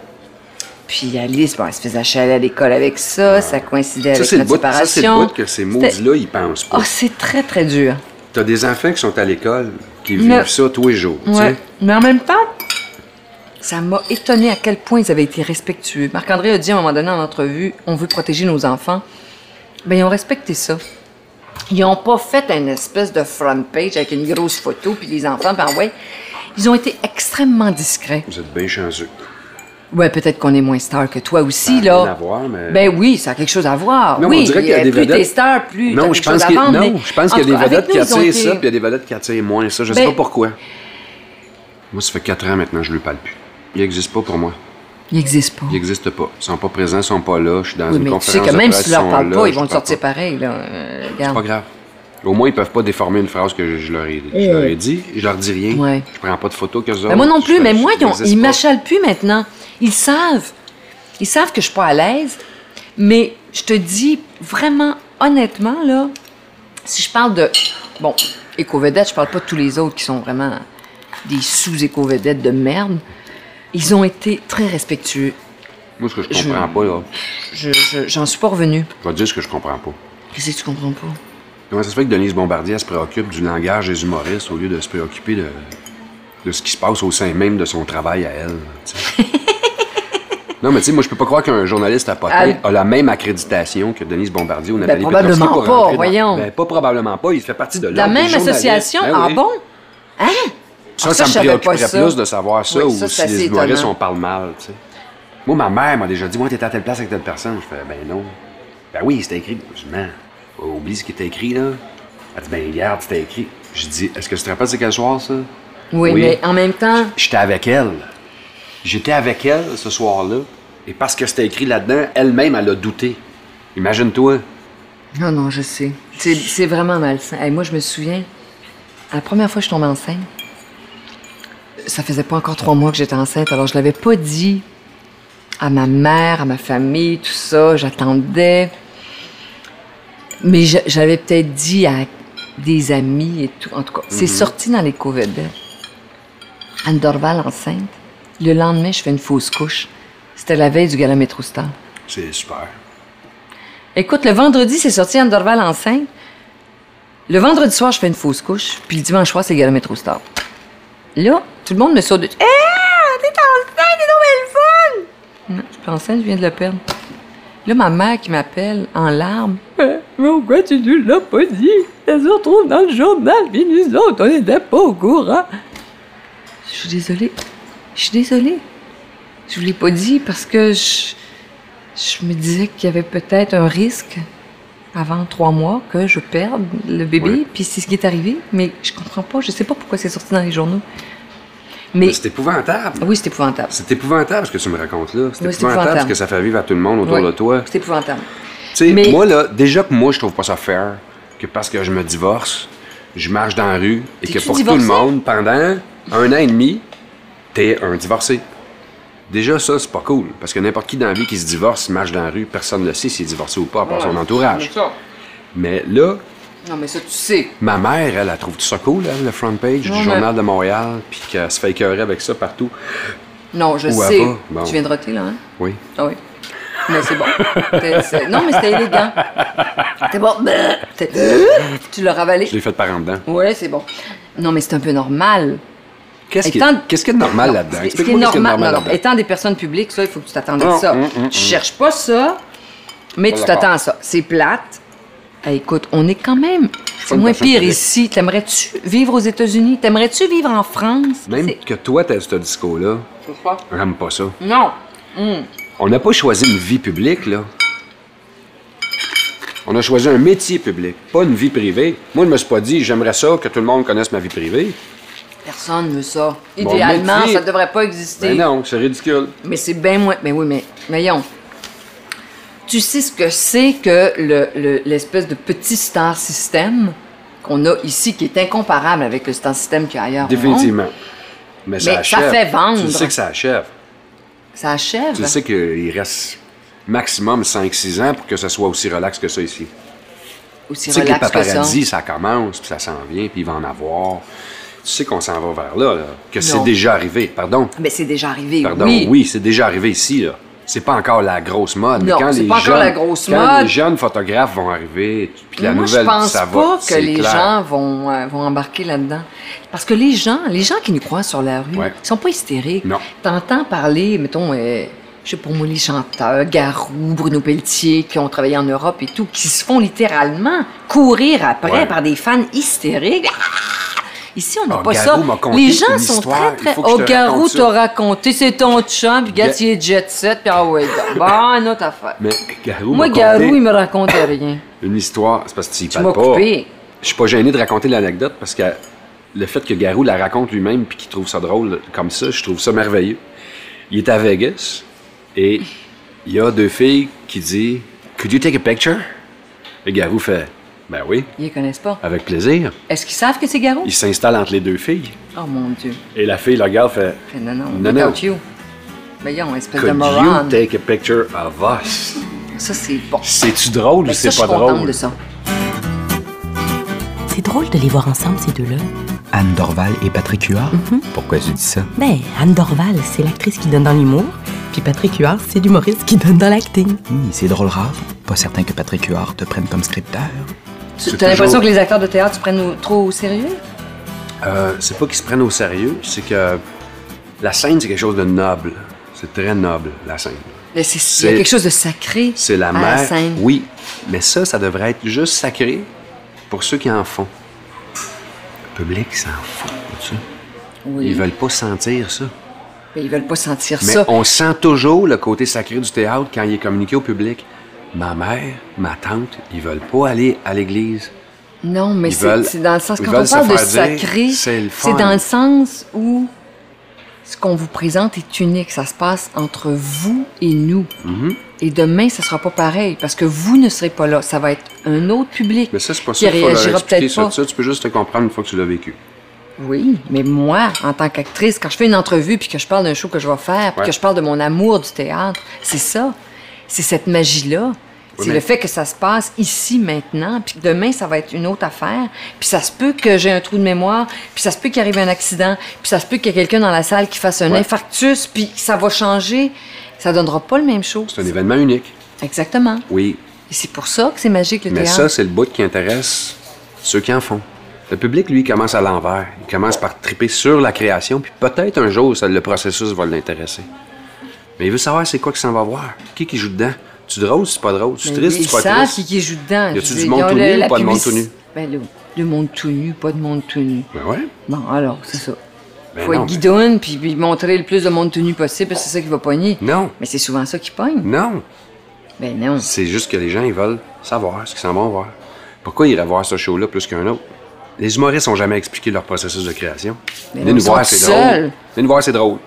E: Puis Alice, bon, elle se faisait achaler à l'école avec ça, ça coïncidait
F: Ah. Ça,
E: avec
F: c'est le
E: notre
F: bout, ça, c'est le
E: séparation.
F: bout que ces maudits-là, ils pensent pas.
E: Oh, c'est très, très dur.
F: T'as des enfants qui sont à l'école, qui
E: Mais-
F: vivent ça tous les jours. tu
E: Ouais.
F: sais.
E: Mais en même temps, ça m'a étonné à quel point ils avaient été respectueux. Marc-André a dit à un moment donné en entrevue on veut protéger nos enfants. Ben, ils ont respecté ça. Ils n'ont pas fait une espèce de front page avec une grosse photo, puis les enfants, ben ouais. Ils ont été extrêmement discrets.
F: Vous êtes bien chanceux.
E: Ah Ouais, peut-être qu'on est moins star que toi aussi,
F: Ça a
E: là.
F: rien à voir, mais-
E: Ben oui, ça a quelque chose à voir.
F: Non,
E: oui,
F: on dirait qu'il y a
E: euh,
F: des
E: plus
F: vedettes.
E: t'es star, plus t'as
F: non, je
E: quelque
F: pense
E: chose à
F: qu'il y a-
E: vendre,
F: non,
E: mais
F: je pense qu'il y a
E: en tout
F: des
E: cas,
F: vedettes
E: avec nous,
F: qui
E: ils ont
F: attirent
E: été-
F: ça, puis il y a des vedettes qui attirent moins ça. Je
E: Ben-
F: sais pas pourquoi. Moi, ça fait quatre ans maintenant, je lui parle plus. Il n'existe pas pour moi.
E: Il n'existe pas.
F: Il n'existe pas. Ils sont pas présents, ils sont pas là. Je suis dans
E: Oui,
F: une
E: mais tu
F: conférence.
E: sais que
F: de
E: même
F: presse,
E: si tu leur
F: sont
E: parles
F: là,
E: pas,
F: je
E: ils vont te
F: parle
E: sortir
F: pas.
E: pareil, là. Euh,
F: C'est pas
E: regarde.
F: grave. Au moins, ils peuvent pas déformer une phrase que je, je leur, ai, je leur ai dit. Je leur dis rien.
E: Eh Ouais.
F: Je prends pas de photos que
E: Ben moi non plus, mais moi, ils, ont- ils m'achalent plus maintenant. Ils savent. Ils savent que je suis pas à l'aise. Mais je te dis vraiment, honnêtement, là, si je parle de. Bon, éco-vedettes, je parle pas de tous les autres qui sont vraiment des sous-éco-vedettes de merde. Ils ont été très respectueux.
F: Moi, ce que je
E: Je-
F: comprends pas, là,
E: Je, je- j'en suis pas revenue.
F: je vais te dire ce que je comprends pas.
E: Qu'est-ce que tu comprends pas?
F: Comment ça se fait que Denise Bombardier elle se préoccupe du langage des humoristes au lieu de se préoccuper de, de ce qui se passe au sein même de son travail à elle? tu sais? non, mais tu sais, moi, je peux pas croire qu'un journaliste à Potin
E: Ah. Ben,
F: a la même accréditation que Denise Bombardier ou Nathalie
E: probablement
F: Petrowski pour
E: pas,
F: rentrer dans-
E: voyons.
F: Ben, pas probablement pas. Il fait partie de
E: La
F: l'ordre des
E: même
F: journalistes.
E: association?
F: Ben
E: Ah
F: oui.
E: bon? Hein?
F: Ça,
E: Ah,
F: ça,
E: je
F: me
E: savais pas
F: préoccuperait
E: ça.
F: plus de savoir ça
E: Oui,
F: ou
E: ça, c'est
F: si
E: assez
F: les humoristes,
E: étonnant.
F: on parle mal, tu sais. Moi, ma mère m'a déjà dit, moi, t'étais à telle place avec telle personne. Je fais, ben non. Ben oui, c'était écrit. Je dis, non, Oh, oublie ce qui était écrit, là. Elle dit, ben regarde, c'était écrit. Je dis, est-ce que tu te rappelles c'est quel soir, ça?
E: Oui,
F: Oui.
E: mais en même temps,
F: J'étais avec elle. J'étais avec elle ce soir-là. Et parce que c'était écrit là-dedans, elle-même, elle a douté. Imagine-toi.
E: Non, non, je sais. C'est- C'est vraiment malsain. Hey, moi, je me souviens, la première fois que je suis tombée enceinte, ça faisait pas encore trois mois que j'étais enceinte, alors je l'avais pas dit à ma mère, à ma famille, tout ça. J'attendais. Mais je- j'avais peut-être dit à des amis et tout. En tout cas, c'est sorti dans les covid Anne Dorval enceinte. Le lendemain, je fais une fausse couche. C'était la veille du gala Métro Star.
F: C'est super.
E: Écoute, le vendredi, c'est sorti Anne Dorval enceinte. Le vendredi soir, je fais une fausse couche, puis le dimanche soir, c'est le gala Métro Star. Là, tout le monde me saute de... Hé, t'es Eh, enceinte, t'es donc belle Non, je suis enceinte, je viens de le perdre. Là, ma mère qui m'appelle en larmes. Euh, Mais pourquoi tu ne l'as pas dit? Ça se retrouve dans le journal, puis nous autres, on n'était pas au courant. Je suis désolée. Je suis désolée. Je vous l'ai pas dit parce que je, je me disais qu'il y avait peut-être un risque avant trois mois que je perde le bébé,
F: Ouais.
E: puis c'est ce qui est arrivé. Mais je comprends pas. Je sais pas pourquoi c'est sorti dans les journaux. Mais
F: Mais C'est épouvantable.
E: oui, c'est épouvantable.
F: C'est épouvantable ce que tu me racontes là. C'est
E: Oui, c'est
F: épouvantable ce
E: épouvantable.
F: que ça fait vivre à tout le monde autour
E: Oui,
F: de toi.
E: C'est épouvantable.
F: Tu sais,
E: Mais-
F: moi, là, déjà que moi, je trouve pas ça fair que parce que je me divorce, je marche dans la rue et que
E: T'es-tu
F: pour
E: divorcé?
F: tout le monde, pendant un an et demi, t'es un divorcé. Déjà, ça, c'est pas cool. Parce que n'importe qui dans la vie qui se divorce, marche dans la rue, personne ne le sait s'il est divorcé ou pas, à part son entourage. Mais là,
E: Non, mais ça, tu sais.
F: ma mère, elle, elle trouve tout ça cool, elle, le front page
E: Non,
F: du
E: mais-
F: Journal de Montréal, puis qu'elle se fait écœurer avec ça partout.
E: Non, je
F: Ou
E: sais.
F: avant, bon.
E: Tu viens de roter, là, hein?
F: Oui.
E: Ah oui. Mais c'est bon. T'es- c'est- Non, mais c'était élégant. C'était bon. T'es- Tu l'as ravalé.
F: Je l'ai fait par en dedans.
E: Ouais, c'est bon. Non, mais c'est un peu normal.
F: Qu'est-ce qui,
E: Étant-
F: est... qu'est-ce qui est de normal
E: Non,
F: là-dedans?
E: Ce qui- ce qui est
F: Explique-moi qu'est-ce qui est de
E: normal, non, non,
F: là-dedans.
E: étant des personnes publiques, ça, il faut que tu t'attendes à
F: Hum,
E: ça.
F: hum, hum,
E: tu cherches pas ça, mais
F: Pas
E: tu
F: d'accord.
E: t'attends à ça. C'est plate. Eh, écoute, on est quand même.
F: pas
E: C'est
F: une
E: moins
F: personne
E: pire
F: publique.
E: ici. T'aimerais-tu vivre aux États-Unis? T'aimerais-tu vivre en France?
F: Même
E: C'est-
F: que toi, t'as ce disco-là, j'aime pas ça.
E: Non.
F: On n'a pas choisi une vie publique, là. On a choisi un métier public, pas une vie privée. Moi, je me suis pas dit, j'aimerais ça que tout le monde connaisse ma vie privée.
E: Personne veut ça.
F: Bon,
E: Idéalement,
F: métier.
E: ça devrait pas exister.
F: Ben non, c'est ridicule.
E: Mais c'est bien moins. Mais oui, mais voyons. Tu sais ce que c'est que le- le- l'espèce de petit star system qu'on a ici, qui est incomparable avec le star system qu'il y a ailleurs. au monde?
F: Définitivement. Mais ça
E: Mais Ben, ça
F: achève.
E: fait vendre.
F: Tu sais que ça achève.
E: Ça achève.
F: Tu sais qu'il reste maximum 5-6 ans pour que ça soit aussi relax que ça ici.
E: aussi
F: Tu sais que les
E: relax que ça.
F: paparazzis, ça commence, puis ça s'en vient, puis il va en avoir. Tu sais qu'on s'en va vers là, là. Que c'est
E: Non.
F: déjà arrivé. Pardon.
E: Mais c'est déjà arrivé.
F: Pardon, oui,
E: oui.
F: c'est déjà arrivé ici, là. C'est pas encore la grosse mode. mais
E: Non,
F: quand
E: c'est
F: les
E: pas encore
F: jeunes-
E: la grosse
F: quand
E: mode.
F: les jeunes photographes vont arriver, puis la
E: Moi,
F: nouvelle,
E: je pense
F: ça va.
E: pas que
F: c'est
E: les
F: clair.
E: gens vont, euh, vont embarquer là-dedans. Parce que les gens, les gens qui nous croient sur la rue,
F: Ouais.
E: ils sont pas hystériques.
F: Non.
E: T'entends parler, mettons, euh, je sais pas moi, les chanteurs, Garou, Bruno Pelletier, qui ont travaillé en Europe et tout, qui se font littéralement courir après
F: Ouais.
E: par des fans hystériques. Ah! Ici, on n'a
F: Ah,
E: pas
F: Garou m'a
E: ça.
F: conté
E: Les gens
F: une
E: sont
F: histoire,
E: très,
F: il
E: très.
F: faut que je
E: Oh,
F: te
E: Garou
F: raconte ça.
E: t'a raconté, c'est ton chum, puis gars,
F: Ga-
E: tu es jet set, puis ah ouais, donc, bon, une autre affaire.
F: Mais Garou,
E: Moi,
F: m'a
E: Garou,
F: conté
E: il me racontait rien.
F: une histoire, c'est parce que tu y
E: Tu
F: parles
E: m'as
F: pas.
E: coupé.
F: Je suis pas gêné de raconter l'anecdote parce que le fait que Garou la raconte lui-même puis qu'il trouve ça drôle comme ça, je trouve ça merveilleux. Il est à Vegas et il y a deux filles qui disent Could you take a picture? Et Garou fait Ben oui,
E: Ils les connaissent pas.
F: avec plaisir.
E: Est-ce qu'ils savent que c'est Garou?
F: Il s'installe entre les deux filles
E: Oh mon Dieu.
F: et la fille le regarde fait
E: Eh, Non, non,
F: Non,
E: without
F: non.
E: you. Voyons, espèce de
F: Could
E: moron.
F: you take a picture of us?
E: Ça, c'est bon.
F: C'est-tu drôle
E: Ben,
F: ou
E: ça,
F: c'est
E: je
F: pas
E: suis contente
F: drôle?
E: de ça.
B: C'est drôle de les voir ensemble, ces deux-là.
C: Anne Dorval et Patrick Huard? Pourquoi tu dis ça?
B: Ben, Anne Dorval, c'est l'actrice qui donne dans l'humour, puis Patrick Huard, c'est l'humoriste qui donne dans l'acting.
C: Hum, c'est drôle rare. Pas certain que Patrick Huard te prenne comme scripteur.
E: Tu as
F: toujours-
E: l'impression que les acteurs de théâtre se prennent au- trop au sérieux?
F: Euh, c'est pas qu'ils se prennent au sérieux, c'est que la scène, c'est quelque chose de noble. C'est très noble, la scène.
E: Mais c'est- Il y
F: C'est-
E: a quelque chose de sacré
F: C'est la
E: à
F: mère.
E: Ah, la scène.
F: Oui, mais ça, ça devrait être juste sacré pour ceux qui en font. Le public s'en fout de ça.
E: Oui.
F: Ils veulent pas sentir ça.
E: Mais ils veulent pas sentir
F: Mais
E: ça.
F: on sent toujours le côté sacré du théâtre quand il est communiqué au public. Ma mère, ma tante, ils veulent pas aller à l'église.
E: Non, mais
F: Ils
E: c'est
F: veulent-
E: c'est dans le sens,
F: ils
E: quand
F: veulent
E: on
F: se
E: parle de
F: faire dire,
E: sacré,
F: c'est le
E: c'est
F: fun.
E: dans le sens où ce qu'on vous présente est unique. Ça se passe entre vous et nous.
F: Mhm.
E: Et demain, ça sera pas pareil parce que vous ne serez pas là. Ça va être un autre public.
F: Mais ça, c'est pas
E: Qui
F: ça qu'il faut leur
E: réagira
F: expliquer.
E: peut-être
F: Ça,
E: pas.
F: ça, tu peux juste te comprendre une fois que tu l'as vécu.
E: Oui, mais moi, en tant qu'actrice, quand je fais une entrevue puis que je parle d'un show que je vais faire, puis
F: Ouais.
E: que je parle de mon amour du théâtre, c'est ça. C'est cette magie-là.
F: Oui,
E: c'est
F: mais-
E: le fait que ça se passe ici, maintenant, puis que demain, ça va être une autre affaire. Puis ça se peut que j'ai un trou de mémoire, puis ça se peut qu'il arrive un accident, puis ça se peut qu'il y ait quelqu'un dans la salle qui fasse un
F: Ouais.
E: infarctus, puis ça va changer. Ça donnera pas le même chose.
F: C'est un événement unique.
E: Exactement.
F: Oui,
E: Et c'est pour ça que c'est magique, le
F: Mais
E: théâtre.
F: ça, c'est le bout qui intéresse ceux qui en font. Le public, lui, commence à l'envers. Il commence par triper sur la création, puis peut-être un jour, ça- le processus va l'intéresser. Mais il veut savoir c'est quoi qu'il s'en va voir. Qui qui joue dedans? Tu drôle, c'est pas drôle. Tu
E: Mais
F: triste,
E: ils
F: tu pas
E: savent
F: triste.
E: qui, qui joue dedans.
F: Y a-tu
E: Je
F: du
E: veux
F: monde
E: dire,
F: tout
E: la-
F: nu ou
E: la
F: pas de monde
E: publici-
F: tout nu?
E: Ben, le, le monde tout nu, pas de monde tout nu.
F: Ben ouais.
E: Bon, alors, c'est ça.
F: Ben
E: Faut
F: non,
E: être
F: mais-
E: guidoune, puis, puis montrer le plus de monde tout nu possible, parce que c'est ça qui va pogner.
F: Non,
E: Mais c'est souvent ça qui pogne.
F: non.
E: Ben non.
F: C'est juste que les gens, ils veulent savoir ce qu'ils s'en vont voir. Pourquoi ils iraient voir ce show-là plus qu'un autre? Les humoristes n'ont jamais expliqué leur processus de création.
E: Mais
F: Venez
E: non,
F: nous
E: ils
F: voir,
E: sont
F: c'est
E: seuls.
F: drôle. Venez nous voir, c'est drôle.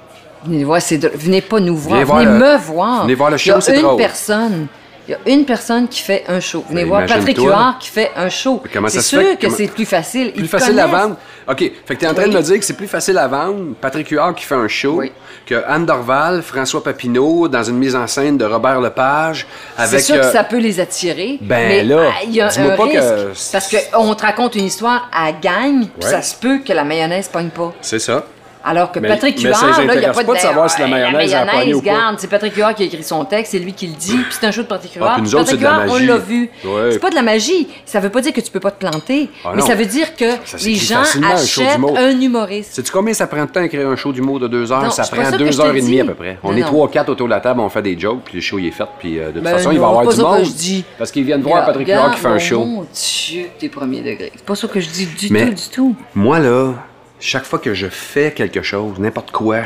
E: Venez, nous voir, c'est drôle. Venez pas nous voir.
F: Venez voir
E: Venez
F: le-
E: me voir.
F: Venez voir le show, c'est
E: Il y a une
F: drôle.
E: personne. Il y a une personne qui fait un show. Venez
F: Mais
E: voir Patrick
F: imagine-toi.
E: Huard qui fait un show.
F: Mais comment
E: C'est
F: ça se fait
E: sûr
F: que-
E: que
F: comment-
E: c'est plus facile.
F: Plus
E: Ils
F: facile à
E: connaissent.
F: vendre. OK. Fait que t'es en train
E: Oui.
F: de me dire que c'est plus facile à vendre Patrick Huard qui fait un show
E: Oui.
F: que Anne Dorval, François Papineau dans une mise en scène de Robert Lepage avec.
E: C'est sûr
F: euh,
E: que ça peut les attirer.
F: Ben
E: mais
F: là,
E: ah, il y a un
F: dis-moi pas que-
E: risque. Parce qu'on te raconte une histoire à gagne, puis
F: Ouais.
E: ça se peut que la mayonnaise pogne pas.
F: C'est ça.
E: Alors que
F: Mais-
E: Patrick
F: mais ça
E: Huard, là,
F: les
E: il n'y a
F: intéresse
E: pas de,
F: pas de savoir si la
E: Ben,
F: mayonnaise a pogné ou pas.
E: garde, c'est Patrick Huard qui a écrit son texte, c'est lui qui le dit, puis c'est un show de Patrick Huard.
F: Ah, puis nous autres,
E: Patrick
F: c'est de la
E: Huard,
F: magie.
E: on l'a vu.
F: Ouais.
E: C'est pas de la magie. Ça veut pas dire que tu peux pas te planter,
F: Ah
E: mais
F: non.
E: ça veut dire que
F: Ça
E: les
F: s'écrit
E: gens
F: facilement, un show
E: achètent
F: d'humour.
E: un humoriste.
F: Sais-tu combien ça prend de temps à créer un show d'humour de deux heures?
E: Non,
F: ça
E: c'est pas
F: prend
E: ça que je
F: deux
E: te
F: heures et
E: dis.
F: demie à peu près. On
E: Non,
F: est
E: non.
F: trois, quatre autour de la table, on fait des jokes, puis le show il est fait, puis euh, de toute
E: Ben
F: façon, il
E: non,
F: va y avoir
E: c'est
F: du
E: pas ça
F: monde.
E: que je dis.
F: Parce qu'ils viennent voir
E: Là,
F: Patrick Huard qui fait un
E: regarde,
F: show.
E: Mon Dieu, t'es premier degré. C'est pas ça que je dis du
F: Mais-
E: tout, du tout.
F: Moi, là, chaque fois que je fais quelque chose, n'importe quoi,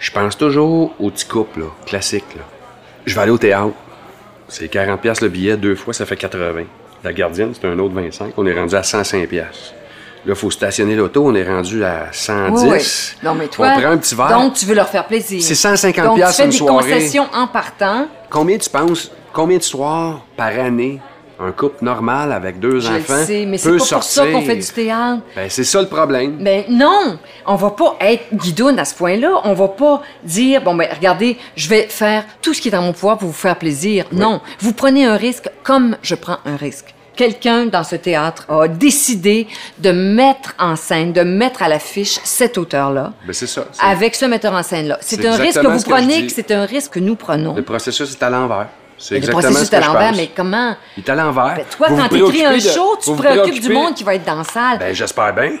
F: je pense toujours au petit couple, là, classique. Là. Je vais aller au théâtre. C'est 40$ piastres le billet, deux fois, ça fait 80. La gardienne, c'est un autre 25. On est rendu à 105$. piastres. Là, il faut stationner l'auto, on est rendu à 110.
E: Oui, oui. Non, mais toi,
F: on prend un petit verre.
E: donc tu veux leur faire plaisir.
F: C'est 150
E: Donc tu
F: piastres
E: fais
F: une
E: des
F: soirée.
E: concessions en partant.
F: Combien tu penses, combien de soirs par année un couple normal avec deux
E: Je le
F: enfants
E: sais, mais c'est
F: peut
E: pas pour ça qu'on
F: sortir?
E: fait du théâtre.
F: Ben, c'est ça le problème.
E: Ben non, on va pas être guidoune à ce point-là. On va pas dire bon ben regardez, je vais faire tout ce qui est dans mon pouvoir pour vous faire plaisir. Non, vous prenez un risque comme je prends un risque. Quelqu'un dans ce théâtre a décidé de mettre en scène, de mettre à l'affiche cet auteur-là
F: Ben, c'est ça. c'est-
E: avec ce metteur en scène-là. C'est
F: C'est
E: un risque que
F: exactement
E: vous
F: ce que je
E: prenez,
F: dis.
E: que c'est un risque que nous prenons.
F: Le processus est à l'envers. C'est
E: Mais Le
F: exactement
E: processus
F: ce que
E: est à
F: je
E: l'envers,
F: pense.
E: mais comment?
F: Il est à l'envers.
E: Ben, toi,
F: Vous
E: quand
F: vous
E: t'écris un
F: préoccupez de-
E: show, tu
F: vous
E: te
F: vous
E: préoccupes du
F: préoccupez-
E: monde qui va être dans la salle.
F: Ben, j'espère bien.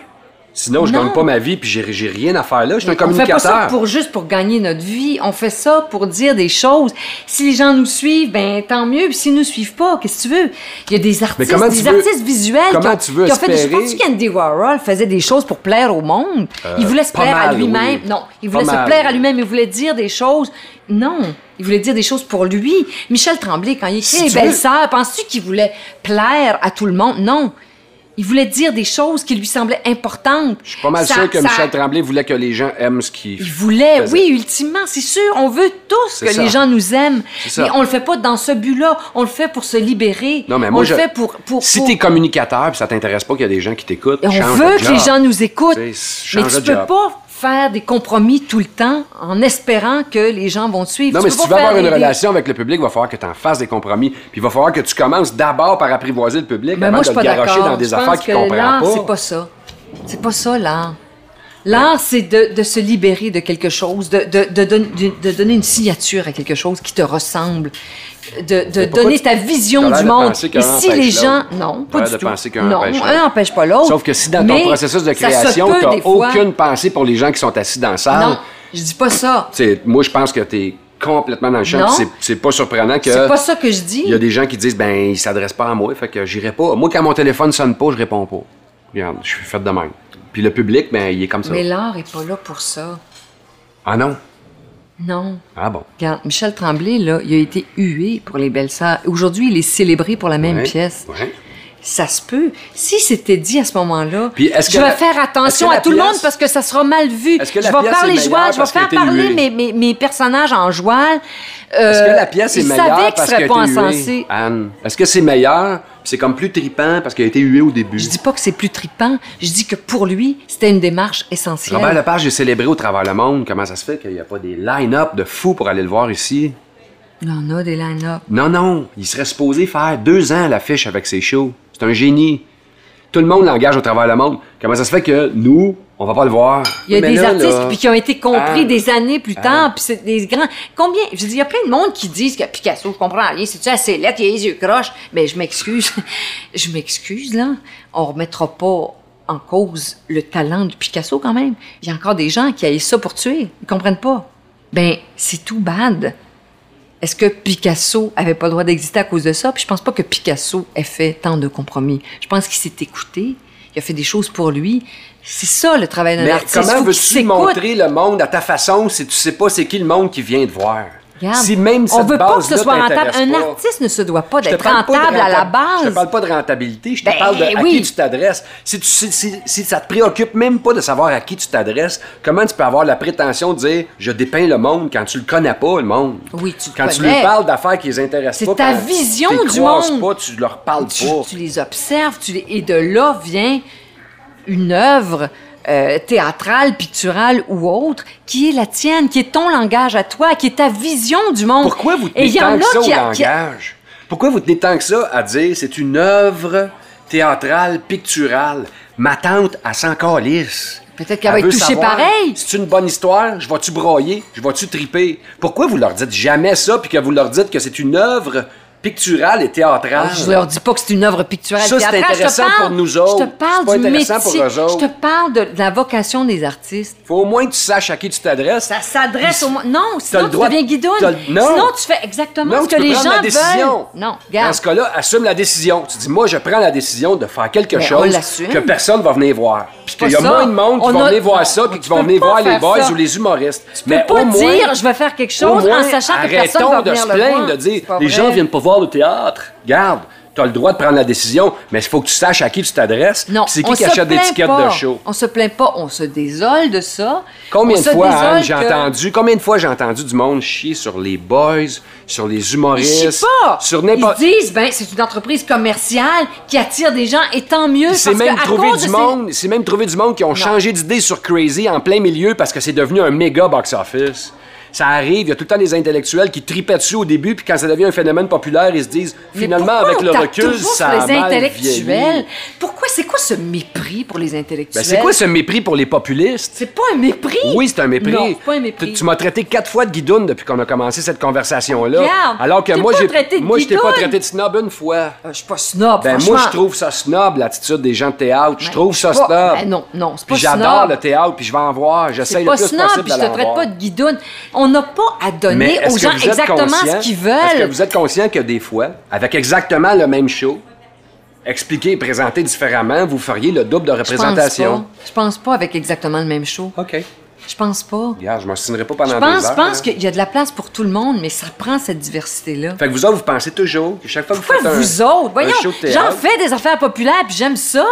F: Sinon, je
E: Non.
F: gagne pas ma vie puis j'ai j'ai rien à faire là. Je suis un
E: On fait pas ça
F: communicateur.
E: pour juste pour gagner notre vie. On fait ça pour dire des choses. Si les gens nous suivent, ben tant mieux. Puis s'ils nous suivent pas, qu'est-ce que tu veux Il y a des artistes,
F: comment
E: des
F: tu veux-
E: artistes visuels qui
F: comment
E: ont,
F: tu veux
E: qui ont fait des choses.
F: espérer- Euh,
E: Penses-tu qu'Andy Warhol faisait des choses pour plaire au monde Il voulait se
F: pas
E: plaire à
F: mal,
E: lui-même.
F: oui.
E: Non, il
F: Pas
E: voulait se
F: mal.
E: plaire à lui-même. Il voulait dire des choses. Non. Il voulait dire des choses pour lui. Michel Tremblay, quand il écrit
F: Si
E: Les
F: tu
E: Belles
F: veux-
E: Sœurs, penses-tu qu'il voulait plaire à tout le monde? Non. Il voulait dire des choses qui lui semblaient importantes.
F: Je suis pas mal
E: Ça-
F: sûr que
E: ça-
F: Michel Tremblay voulait que les gens aiment ce qu'il
E: il voulait,
F: faisait.
E: oui, ultimement, c'est sûr, on veut tous
F: C'est
E: que
F: ça.
E: les gens nous aiment,
F: ça.
E: mais on le fait pas dans ce but-là, on le fait pour se libérer,
F: Non, mais
E: on
F: moi,
E: le
F: je-
E: fait pour... pour,
F: Si
E: pour-
F: t'es communicateur puis ça t'intéresse pas qu'il y a des gens qui t'écoutent,
E: Et on
F: change
E: veut
F: de
E: que
F: job.
E: les gens nous écoutent,
F: Tu
E: mais
F: sais,
E: tu
F: change de
E: peux
F: job.
E: pas faire des compromis tout le temps en espérant que les gens vont te suivre.
F: Non, mais
E: peux
F: si
E: pas
F: tu veux avoir
E: faire
F: une
E: des-
F: relation avec le public, il va falloir que tu en fasses des compromis. Puis il va falloir que tu commences d'abord par apprivoiser le public
E: Mais
F: avant
E: Ben, moi, je
F: de
E: suis
F: le
E: pas
F: garrocher
E: d'accord.
F: dans des
E: Je
F: affaires
E: pense
F: qu'il
E: que
F: comprend
E: l'art,
F: pas.
E: c'est pas ça. C'est pas ça, l'art. L'art, c'est de, de se libérer de quelque chose, de, de, de, don- de- de donner une signature à quelque chose qui te ressemble, de, de
F: Mais pourquoi
E: donner
F: tu-
E: ta vision
F: t'as l'air
E: du
F: de
E: monde.
F: penser qu'un
E: Et si
F: empêche
E: les
F: l'autre.
E: gens... Non,
F: T'as
E: pas
F: l'air
E: du
F: de
E: tout.
F: penser qu'un
E: non,
F: empêche
E: un
F: l'autre.
E: n'empêche pas l'autre.
F: Sauf que si dans ton
E: mais
F: processus
E: ça
F: de
E: se
F: création,
E: peut
F: tu
E: des fois.
F: aucune pensée pour les gens qui sont assis dans la salle,
E: Non, je dis pas ça.
F: tu sais, moi, je pense que tu es complètement dans le champ.
E: Non.
F: puis c'est- C'est pas surprenant que.
E: C'est pas ça que je dis.
F: Il y a des gens qui disent, ben, ils s'adressent pas à moi, fait que j'irai pas. Moi, quand mon téléphone sonne pas, je réponds pas. Regarde, je suis fait de même. Puis le public, ben, il est comme ça.
E: Mais l'art est pas là pour ça.
F: Ah non?
E: Non.
F: Ah bon?
E: Regarde, Michel Tremblay, là, il a été hué pour les belles sœurs. Aujourd'hui, il est célébré pour la même
F: Ouais,
E: pièce.
F: ouais.
E: Ça se peut. Si c'était dit à ce moment-là,
F: Puis est-ce
E: je
F: que
E: vais
F: la-
E: faire attention
F: est-ce que
E: à
F: la
E: tout le monde
F: pièce-
E: parce que ça sera mal vu.
F: Est-ce que
E: je
F: la
E: vais
F: pièce
E: parler
F: est meilleure
E: joual, je vais
F: parce
E: faire
F: qu'elle a été
E: parler
F: huée?
E: mes, mes, mes personnages en joual.
F: Est-ce que
E: Euh,
F: la pièce est
E: il
F: meilleure
E: savait que
F: parce
E: ce
F: qu'elle a
E: serait
F: été
E: pas
F: huée?
E: insensé.
F: Anne, est-ce que c'est meilleur? Puis c'est comme plus tripant parce qu'il a été hué au début.
E: Je dis pas que c'est plus tripant. Je dis que pour lui, c'était une démarche essentielle.
F: Robert Lepage est célébré au travers le monde. Comment ça se fait qu'il n'y a pas des line-up de fous pour aller le voir ici?
E: Il en a des line-up.
F: Non, non, il serait supposé faire deux ans à l'affiche avec ses shows. C'est un génie. Tout le monde l'engage au travers le monde. Comment ça se fait que nous, on va pas le voir?
E: Il y a
F: Mais
E: des
F: là,
E: artistes
F: là, hein?
E: puis qui ont été compris
F: Anne,
E: des années plus tard, puis c'est des grands. Combien Je veux dire, il y a plein de monde qui disent que Picasso, je comprends rien, c'est tu assez lettre, il a les yeux croches. Mais je m'excuse, je m'excuse là. On remettra pas en cause le talent de Picasso quand même. Il y a encore des gens qui aillent ça pour tuer, ils comprennent pas. ben c'est tout bad. Est-ce que Picasso avait pas le droit d'exister à cause de ça? Puis je pense pas que Picasso ait fait tant de compromis. Je pense qu'il s'est écouté, il a fait des choses pour lui. C'est ça le travail d'un
F: Mais
E: artiste.
F: comment
E: Faut qu'il
F: veux-tu
E: s'écoute.
F: montrer le monde à ta façon si tu sais pas c'est qui le monde qui vient te voir?
E: Regarde,
F: si même
E: on
F: cette
E: veut pas que ce
F: base-là
E: soit rentable.
F: t'intéresse
E: Un
F: pas,
E: artiste ne se doit pas
F: je te
E: d'être
F: parle pas de
E: rentable à la
F: rentabilité, Je te
E: base.
F: parle pas de rentabilité, je te
E: Ben
F: parle de à
E: oui.
F: qui tu t'adresses. Si, tu, si, si- si ça te préoccupe même pas de savoir à qui tu t'adresses, comment tu peux avoir la prétention de dire je dépeins le monde quand tu le connais pas, le monde?
E: Oui, tu le
F: Quand tu
E: connais.
F: lui parles d'affaires qui les intéressent
E: C'est
F: pas,
E: ta
F: quand tu
E: vision
F: t'y
E: du
F: croises
E: monde.
F: pas, tu leur parles
E: tu,
F: pas.
E: tu les observes, tu les- et de là vient une œuvre euh, théâtrale, picturale ou autre, qui est la tienne, qui est ton langage à toi, qui est ta vision du monde.
F: Pourquoi vous
E: Et il
F: tenez
E: y en
F: tant
E: a
F: que ça au
E: qui, a- qui a-
F: langage? Pourquoi vous tenez tant que ça à dire c'est une œuvre théâtrale, picturale? Ma tante, elle s'en calisse.
E: Peut-être qu'elle va
F: Elle
E: être
F: veut
E: touchée
F: savoir,
E: pareil.
F: C'est une bonne histoire, je vais-tu broyer, je vais-tu triper? Pourquoi vous leur dites jamais ça puis que vous leur dites que c'est une œuvre picturale et théâtrale?
E: Ah, Je leur dis pas que c'est une œuvre picturale.
F: Ah, Ça, c'est
E: théâtrale. Je te
F: intéressant
E: parle-
F: pour nous autres.
E: Je te parle
F: C'est pas
E: du
F: intéressant pour
E: métier.
F: eux autres.
E: Je te parle de, de la vocation des artistes.
F: Faut au moins que tu saches à qui tu t'adresses.
E: Ça s'adresse au moins. Non,
F: le
E: sinon tu
F: droit de-
E: deviens guidoune.
F: t'as le- non.
E: Sinon tu fais exactement
F: Non,
E: ce
F: tu
E: que
F: peux
E: les gens
F: prendre la
E: veulent.
F: décision.
E: Non, regarde.
F: Dans ce cas-là, assume la décision. Tu dis, moi, je prends la décision de faire quelque
E: Mais on
F: chose
E: l'assume.
F: que personne va venir voir. Puis
E: pas
F: qu'il y a
E: ça.
F: moins de monde qui
E: On
F: vont
E: a-
F: venir voir
E: non,
F: ça,
E: mais
F: puis
E: tu
F: qui vont
E: peux
F: venir
E: pas
F: voir les
E: faire
F: boys
E: ça.
F: ou les humoristes.
E: Tu peux pas dire, je vais faire quelque chose
F: au moins,
E: en sachant que
F: arrêtons
E: personne va
F: de
E: venir
F: se
E: le
F: plaindre,
E: voir.
F: de dire,
E: C'est pas
F: les
E: vrai.
F: gens viennent pas voir le théâtre. Garde, tu as le droit de prendre la décision, mais il faut que tu saches à qui tu t'adresses.
E: Non,
F: puis c'est qui
E: on
F: qui
E: se
F: achète des
E: plaint
F: tickets
E: pas.
F: de show.
E: On se plaint pas, on se désole de ça.
F: Combien
E: On
F: de
E: se
F: fois,
E: désole
F: Anne, j'ai
E: que-
F: entendu, combien de fois j'ai entendu du monde chier sur les boys, sur les
E: Ils chient
F: humoristes,
E: pas.
F: sur n'importe
E: Ils disent, ben, c'est une entreprise commerciale qui attire des gens et tant mieux.
F: Il s'est
E: parce
F: même
E: que à
F: trouvé
E: cause
F: du
E: de ces-
F: monde, il s'est même trouvé du monde qui ont changé d'idée sur Crazy en plein milieu parce que c'est devenu un méga box-office. Ça arrive, il y a tout le temps des intellectuels qui tripaient dessus au début, puis quand ça devient un phénomène populaire, ils se disent
E: Mais
F: finalement
E: pourquoi
F: avec
E: on
F: le
E: tape
F: recul,
E: toujours
F: ça
E: sur
F: a
E: les
F: mal
E: intellectuels.
F: vieilli.
E: Pourquoi c'est quoi ce mépris pour les
F: Ben,
E: intellectuels
F: c'est quoi ce mépris pour les populistes
E: C'est pas un mépris.
F: Oui, c'est un mépris.
E: Non, c'est pas un mépris.
F: Tu, tu m'as traité quatre fois de guidoune depuis qu'on a commencé cette conversation-là.
E: Regarde,
F: alors que
E: t'es
F: moi,
E: pas
F: j'ai,
E: traité de
F: moi, je t'ai pas
E: guidoune.
F: traité de snob une fois.
E: Euh, je suis pas snob.
F: Ben moi,
E: franchement.
F: je trouve ça snob, l'attitude des gens de théâtre. Je
E: Ben,
F: trouve
E: je
F: ça
E: suis pas-
F: snob.
E: ben non, non, c'est
F: Puis
E: pas
F: J'adore
E: snob.
F: le théâtre, puis je vais en voir. J'essaie
E: C'est
F: le
E: pas
F: plus
E: snob,
F: possible
E: puis je te
F: d'aller en
E: traite
F: voir.
E: pas de guidoune. On n'a pas à
F: Mais
E: donner
F: est-ce
E: aux
F: que
E: gens
F: vous êtes
E: exactement ce
F: conscient-
E: qu'ils
F: Est-ce que
E: veulent.
F: vous êtes conscient que des fois, avec exactement le même show, expliqué et présenté différemment, vous feriez le double de
E: Je pense
F: représentation?
E: pas. Je pense pas avec exactement le même show.
F: OK.
E: Je pense pas.
F: Regarde, je m'obstinerai pas pendant
E: Je
F: deux
E: pense,
F: heures. hein.
E: je pense
F: là.
E: qu'il y a de la place pour tout le monde, mais ça prend cette diversité-là.
F: Fait que vous autres, vous pensez toujours que chaque fois que vous faites
E: Pourquoi
F: un,
E: vous autres?
F: un
E: Voyons,
F: show de
E: j'en
F: théâtre...
E: fais des affaires populaires, puis j'aime ça.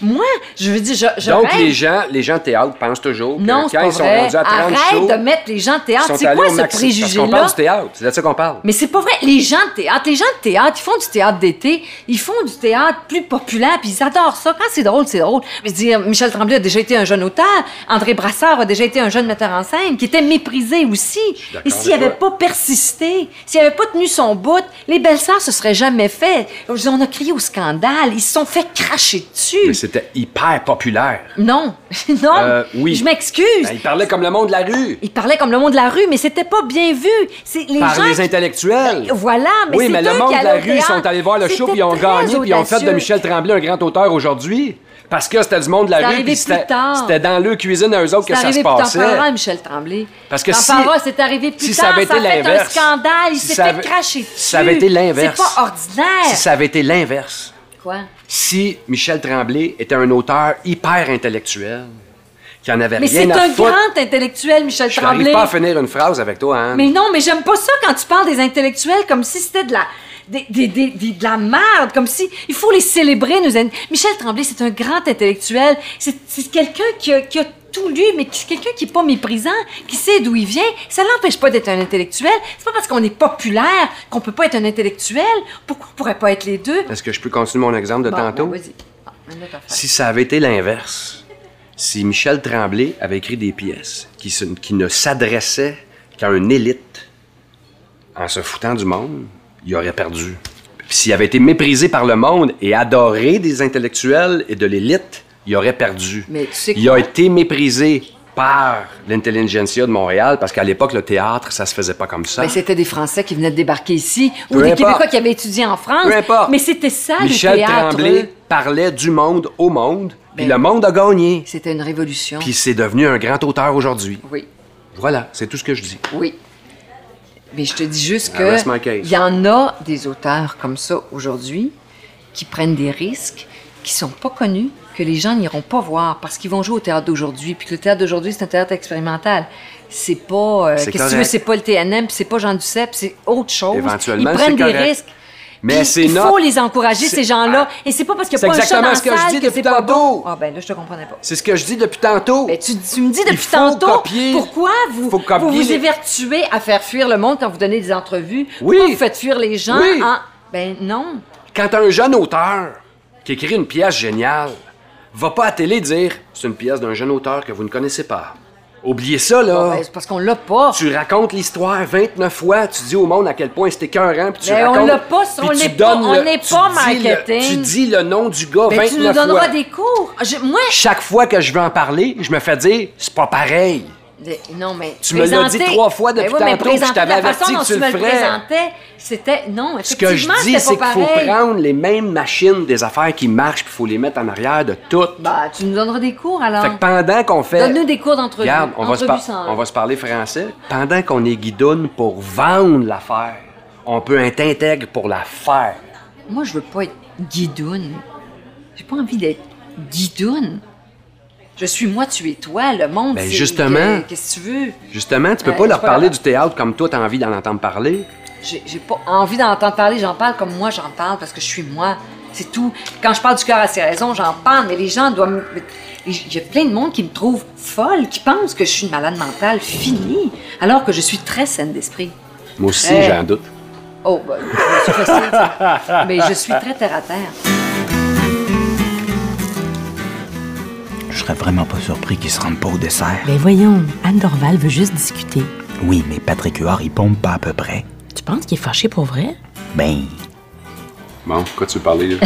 E: Moi, je veux dire, je, je
F: Donc,
E: rêve.
F: les gens, les gens de théâtre pensent toujours que
E: non, c'est
F: quand
E: pas
F: ils sont
E: vrai.
F: rendus à 30
E: Arrête
F: shows,
E: de mettre les gens de
F: ils
E: théâtre.
F: sont
E: C'est
F: allés
E: quoi
F: au
E: ce
F: maxi- parce qu'on
E: préjugé-là?
F: parle du théâtre, c'est de ça qu'on parle.
E: Mais c'est pas vrai. Les gens de théâtre, les gens de théâtre, ils font du théâtre d'été, ils font du théâtre plus populaire, puis ils adorent ça. Quand c'est drôle, c'est drôle. Mais je veux dire, Michel Tremblay a déjà été un jeune auteur, André Brassard a déjà été un jeune metteur en scène, qui était méprisé aussi.
F: d'accord
E: Et s'il
F: avec
E: avait
F: toi.
E: pas persisté, s'il avait pas tenu son bout, les belles sœurs se seraient jamais fait. Je veux dire, On a crié au scandale, ils se sont fait cracher
F: Mais
E: dessus.
F: c'était hyper populaire.
E: Non, non,
F: Euh, oui.
E: Ah, je m'excuse.
F: Ben, il parlait comme le monde de la rue.
E: il parlait comme le monde de la rue, mais c'était pas bien vu. C'est les
F: par
E: gens
F: les
E: qui- Ben,
F: intellectuels.
E: Voilà, mais
F: oui,
E: c'est
F: mais le
E: eux
F: monde
E: qui
F: de la
E: allaient au
F: rue, ils
E: théâtre.
F: sont allés voir le show,
E: C'était
F: puis ils ont
E: très
F: gagné, puis ils ont fait de
E: audacieux.
F: Michel Tremblay un grand auteur aujourd'hui. Parce que c'était du monde de la
E: C'est
F: rue,
E: arrivé
F: puis
E: plus
F: c'était
E: tard.
F: c'était dans leur cuisine à eux autres
E: C'est
F: que ça
E: arrivé
F: se
E: plus tard.
F: passait.
E: T'en parleras à Michel Tremblay.
F: Parce que
E: T'en
F: si-
E: parleras, c'est arrivé plus
F: si ça
E: tard,
F: avait été
E: a fait un
F: l'inverse,
E: scandale, il
F: si
E: s'est
F: ça
E: fait
F: avait-
E: cracher dessus.
F: si ça avait été l'inverse,
E: C'est pas ordinaire.
F: Si ça avait été l'inverse,
E: Quoi?
F: si Michel Tremblay était un auteur hyper intellectuel, qui en avait
E: Mais
F: rien
E: c'est
F: à
E: un
F: foutre...
E: grand intellectuel, Michel
F: Je
E: Tremblay.
F: n'arrive pas à finir une phrase avec toi, Anne.
E: Mais non, mais j'aime pas ça quand tu parles des intellectuels comme si c'était de la. Des, des- des- des- de la merde, comme si il faut les célébrer. Nous. Michel Tremblay, c'est un grand intellectuel. C'est c'est quelqu'un qui, a- qui a tout lu, mais qui- c'est quelqu'un qui est pas méprisant, qui sait d'où il vient. Ça l'empêche pas d'être un intellectuel. C'est pas parce qu'on est populaire qu'on peut pas être un intellectuel. Pourquoi on pourrait pas être les deux?
F: Est-ce que je peux continuer mon exemple de
E: Bon,
F: Euh, tantôt?
E: ben, vas-y. Ah, une autre affaire.
F: Si ça avait été l'inverse, si Michel Tremblay avait écrit des pièces qui, se- qui ne s'adressaient qu'à une élite, en se foutant du monde, il aurait perdu. Puis S'il avait été méprisé par le monde et adoré des intellectuels et de l'élite, il aurait perdu.
E: Mais tu sais
F: il
E: quoi?
F: a été méprisé par l'intelligentsia de Montréal parce qu'à l'époque, le théâtre, ça se faisait pas comme ça.
E: Ben, c'était des Français qui venaient de débarquer ici, ou
F: Peu
E: des
F: importe.
E: Québécois qui avaient étudié en France.
F: Peu importe.
E: Mais c'était ça, le
F: Michel
E: théâtre. hein?
F: Tremblay parlait du monde au monde, puis
E: Ben-
F: le monde a gagné.
E: C'était une révolution.
F: Puis c'est devenu un grand auteur aujourd'hui.
E: Oui.
F: Voilà, c'est tout ce que je dis.
E: Oui. Mais je te dis juste
F: I rest my
E: que
F: case.
E: il y en a des auteurs comme ça aujourd'hui qui prennent des risques qui sont pas connus, que les gens n'iront pas voir parce qu'ils vont jouer au théâtre d'aujourd'hui, puis que le théâtre d'aujourd'hui c'est un théâtre expérimental. C'est pas euh, qu'est-ce
F: C'est
E: que tu
F: correct.
E: veux, c'est pas le TNM, puis c'est pas Jean Duceppe, c'est autre chose.
F: Éventuellement,
E: Ils prennent
F: c'est
E: des
F: correct.
E: risques.
F: Mais
E: Puis
F: c'est
E: il faut
F: notre-
E: les encourager
F: c'est- Ah.
E: ces gens-là et c'est pas parce qu'il y a
F: C'est
E: pas un chat dans
F: exactement
E: la
F: ce que je
E: salle
F: dis
E: que
F: depuis
E: c'est pas
F: tantôt.
E: bon. Ah ben là je te comprenais pas.
F: C'est ce que je dis depuis tantôt.
E: Ben, tu, tu me dis
F: Il
E: depuis
F: faut
E: tantôt
F: copier.
E: pourquoi vous
F: Faut copier
E: vous, vous
F: les-
E: évertuez à faire fuir le monde quand vous donnez des entrevues.
F: Oui.
E: Pourquoi vous faites fuir les gens
F: Oui.
E: en- Ben non.
F: Quand un jeune auteur qui écrit une pièce géniale va pas à télé dire c'est une pièce d'un jeune auteur que vous ne connaissez pas. Oubliez ça, là.
E: Ben, c'est parce qu'on l'a pas.
F: Ah. tu racontes l'histoire 29 fois, tu dis au monde à quel point c'est écœurant, puis tu
E: Ben, on
F: racontes...
E: l'a pas, si on
F: puis tu
E: l'est pas,
F: donnes
E: on
F: le-
E: n'est
F: tu
E: pas
F: dis le-
E: marketing.
F: tu dis le nom du gars
E: Ben,
F: 29
E: tu nous donneras
F: fois.
E: des cours. Ah, Je- moi, je...
F: Chaque fois que je veux en parler, je me fais dire « c'est pas pareil
E: Ben, non, mais
F: Tu me l'as
E: présenter-
F: dit trois fois depuis
E: ben, oui, mais
F: tantôt, puis je
E: présenter
F: t'avais
E: la façon
F: averti que
E: dont
F: tu le
E: me
F: ferais.
E: présentais, c'était... Non, ».
F: Ce que je
E: effectivement,
F: dis,
E: c'était
F: c'est
E: pas
F: qu'il faut
E: pareil.
F: prendre les mêmes machines des affaires qui marchent, puis il faut les mettre en arrière de toutes.
E: Ben, tu nous donneras des cours, alors.
F: Fait que pendant qu'on fait...
E: Donne-nous des cours d'entrevue.
F: Regarde, on va, se par-
E: Entrevue sans-
F: on va se parler français. Pendant qu'on est guidoune pour vendre l'affaire, on peut être intègre pour la faire.
E: Moi, je veux pas être guidoune. J'ai pas envie d'être guidoune. Je suis moi, tu es toi, le monde.
F: Ben,
E: c'est-
F: justement.
E: que- Qu'est-ce que tu veux?
F: Justement, tu peux
E: Ouais,
F: pas leur
E: c'est pas
F: parler
E: grave.
F: du théâtre comme toi, t'as envie d'en entendre parler.
E: J'ai j'ai pas envie d'entendre parler, j'en parle comme moi, j'en parle parce que je suis moi. C'est tout. Quand je parle du cœur à ses raisons, j'en parle, mais les gens doivent. me- Il y a plein de monde qui me trouve folle, qui pense que je suis une malade mentale finie, alors que je suis très saine d'esprit.
F: Moi aussi,
E: Hey.
F: j'en doute.
E: Oh, ben, c'est facile, ça. Mais je suis très terre à terre.
C: Je serais vraiment pas surpris qu'ils se rendent pas au dessert.
B: Ben voyons, Anne Dorval veut juste discuter.
C: Oui, mais Patrick Huard, il pompe pas à peu près.
B: Tu penses qu'il est fâché pour vrai?
C: Ben,
F: Bon, pourquoi tu veux parler, là?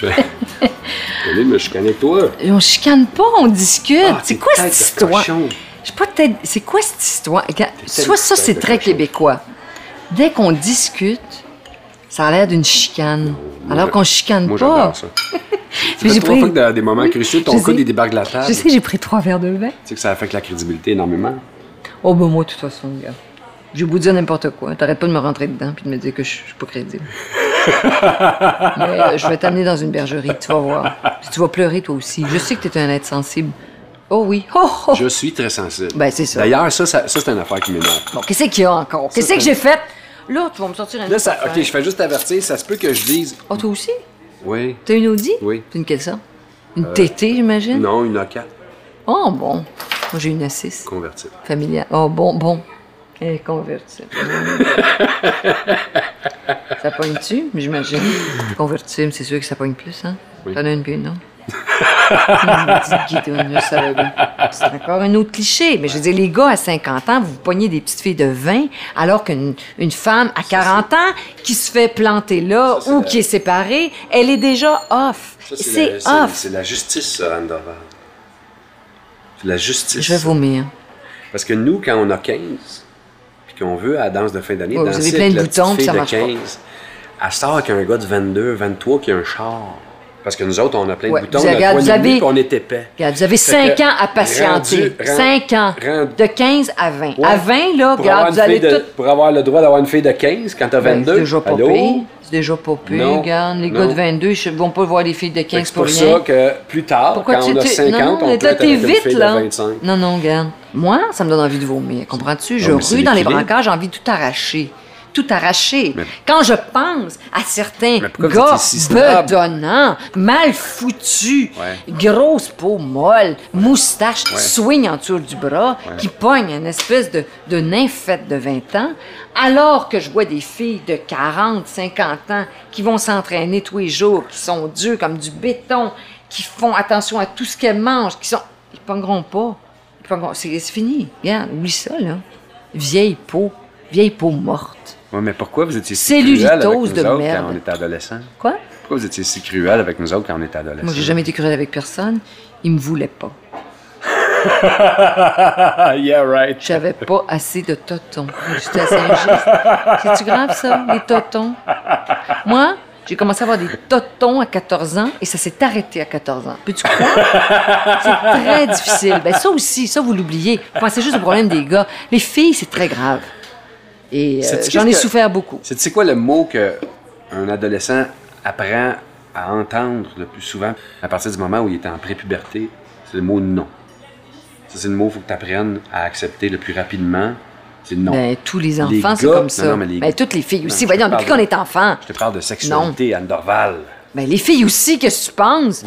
F: je... Tenez, mais je connais toi.
E: Et on chicane pas, on discute.
F: Ah,
E: Euh, c'est
F: t'es
E: quoi
F: tête
E: cette
F: de
E: histoire?
F: cochon.
E: Je sais pas peut-être. C'est quoi cette histoire? Regarde,
F: T'es
E: Soit
F: telle
E: ça,
F: tête
E: c'est
F: de
E: très
F: cochon.
E: québécois. Dès qu'on discute, ça a l'air d'une chicane.
F: Oh, moi,
E: Alors
F: je-
E: qu'on chicane
F: Moi,
E: pas.
F: j'adore ça.
E: Mais
F: C'est
E: j'ai
F: trois
E: pris-
F: fois que dans des moments cruciaux, ton
E: je
F: coude,
E: sais.
F: il débarque de la table.
E: Je
F: Tu
E: sais, j'ai pris trois verres de vin.
F: sais que ça affecte la crédibilité énormément.
E: Oh, ben moi, de toute façon, gars. J'ai beau dire n'importe quoi. T'arrêtes pas de me rentrer dedans puis de me dire que je je suis pas crédible. Mais euh, je vais t'amener dans une bergerie, tu vas voir. Puis tu vas pleurer toi aussi. Je sais que t'es un être sensible. Oh oui. Oh, oh.
F: Je suis très sensible.
E: Ben, c'est ça.
F: D'ailleurs, ça, ça, ça, c'est une affaire qui m'énerve.
E: Bon, qu'est-ce qu'il y a encore? Qu'est-ce que j'ai fait? Là, tu vas me sortir un
F: Là,
E: autre
F: ça,
E: affaire.
F: ok, je fais juste avertir, ça se peut que je dise.
E: Ah, toi aussi?
F: Oui.
E: T'as une Audi?
F: Oui. Euh,
E: T'as une quelle sorte? Une TT, j'imagine?
F: Non, une A4
E: Oh, bon. Moi, j'ai une A6
F: convertible.
E: familiale. Oh, bon, bon. Elle est convertible. ça pogne-tu, j'imagine? Convertible, c'est sûr que ça pogne plus, hein?
F: Oui.
E: T'en as une puis une autre. Hum, petite guidoune, là, ça, là. C'est encore un autre cliché. Mais je veux dire, les gars à 50 ans, vous vous pognez des petites filles de 20, alors qu'une une femme à 40 ans qui se fait planter là
F: Ça, c'est
E: ou
F: la-
E: qui est séparée, elle est déjà off.
F: Ça,
E: C'est
F: la-
E: off.
F: C'est la justice, ça, Anne Dorval. C'est la justice.
E: Je vais vomir.
F: Parce que nous, quand on a 15, puis qu'on veut, à la danse de fin d'année,
E: Ouais, vous
F: danser
E: avez plein
F: avec
E: de
F: la
E: boutons,
F: petite
E: puis ça
F: fille
E: marche pas.
F: de 15, elle sort avec un gars de 22, 23 qui a un char. Parce que nous autres, on a plein
E: Ouais,
F: de boutons,
E: vous
F: on a
E: avez-
F: le poignet
E: vous
F: de
E: avez-
F: nuit, puis on est épais.
E: Regarde, vous avez 5
F: que,
E: ans à patienter.
F: rendu- ren-
E: 5 ans.
F: rendu-
E: De 15 à 20.
F: Ouais.
E: À 20, là,
F: Pour avoir
E: regarde,
F: une
E: vous allez
F: fille de-
E: tout.
F: Pour avoir le droit d'avoir une fille de 15 quand t'as
E: Ben,
F: 22,
E: C'est déjà pas
F: allô?
E: pire. C'est déjà pas pire,
F: Non,
E: regarde. Les gars
F: non.
E: de 22, ils vont pas voir les filles de
F: Fait que
E: 15
F: C'est
E: pour
F: pour
E: rien.
F: ça que plus tard,
E: Pourquoi
F: quand
E: tu
F: on a
E: t'es-
F: 50,
E: non, non,
F: on peut
E: là,
F: être
E: t'es
F: avec une
E: vite,
F: fille
E: là.
F: de 25.
E: Non, non, regarde. Moi, ça me donne envie de vomir, comprends-tu? Je
F: Non, mais c'est
E: rue dans les
F: l'équilibre.
E: brancards, j'ai envie de tout arracher. Tout arracher.
F: Mais-
E: Quand je pense à certains
F: Mais pourquoi vous
E: gars
F: étiez si snob?
E: bedonnants, hein? mal foutus,
F: Ouais.
E: grosses peaux molles, moustaches,
F: Ouais.
E: swing en dessous du bras, qui pognent une espèce de, de nymphette de 20 ans, alors que je vois des filles de 40, 50 ans qui vont s'entraîner tous les jours, qui sont dures comme du béton, qui font attention à tout ce qu'elles mangent, qui sont... Ils pogneront pas. Ils pogneront- C'est c'est fini. Regarde, oublie ça, là. Vieille peau. Vieille peau morte.
F: Ouais, mais pourquoi vous étiez si
E: Cellulitose
F: cruel avec nous
E: de
F: autres
E: merde.
F: quand on était adolescent?
E: Quoi?
F: Pourquoi vous étiez si cruel avec nous autres quand on était adolescent?
E: Moi, j'ai jamais été cruelle avec personne. Ils me voulaient pas.
F: Ah, yeah, right.
E: J'avais pas assez de totons. J'étais assez injuste. C'est-tu grave, ça, les totons? Moi, J'ai commencé à avoir des totons à 14 ans et ça s'est arrêté à 14 ans. Peux-tu croire? c'est très difficile. Ben, ça aussi, ça, vous l'oubliez. Vous pensez juste au problème des gars. Les filles, c'est très grave. Et euh,
F: Sais-tu
E: j'en ai
F: qu'est-ce que-
E: souffert beaucoup.
F: C'est tu sais quoi le mot que un adolescent apprend à entendre le plus souvent à partir du moment où il est en prépuberté, c'est le mot non. Ça c'est le mot qu'il faut que tu apprennes à accepter le plus rapidement, c'est non.
E: Ben, tous les
F: Les
E: enfants, c'est
F: gars-
E: comme
F: non,
E: ça.
F: non, mais les-
E: Ben, toutes les filles
F: Non,
E: aussi.
F: je
E: Voyons,
F: te
E: depuis qu'on
F: parle
E: est enfant.
F: Je te parle de sexualité, Anne Dorval.
E: Ben, les filles aussi, qu'est-ce que tu penses?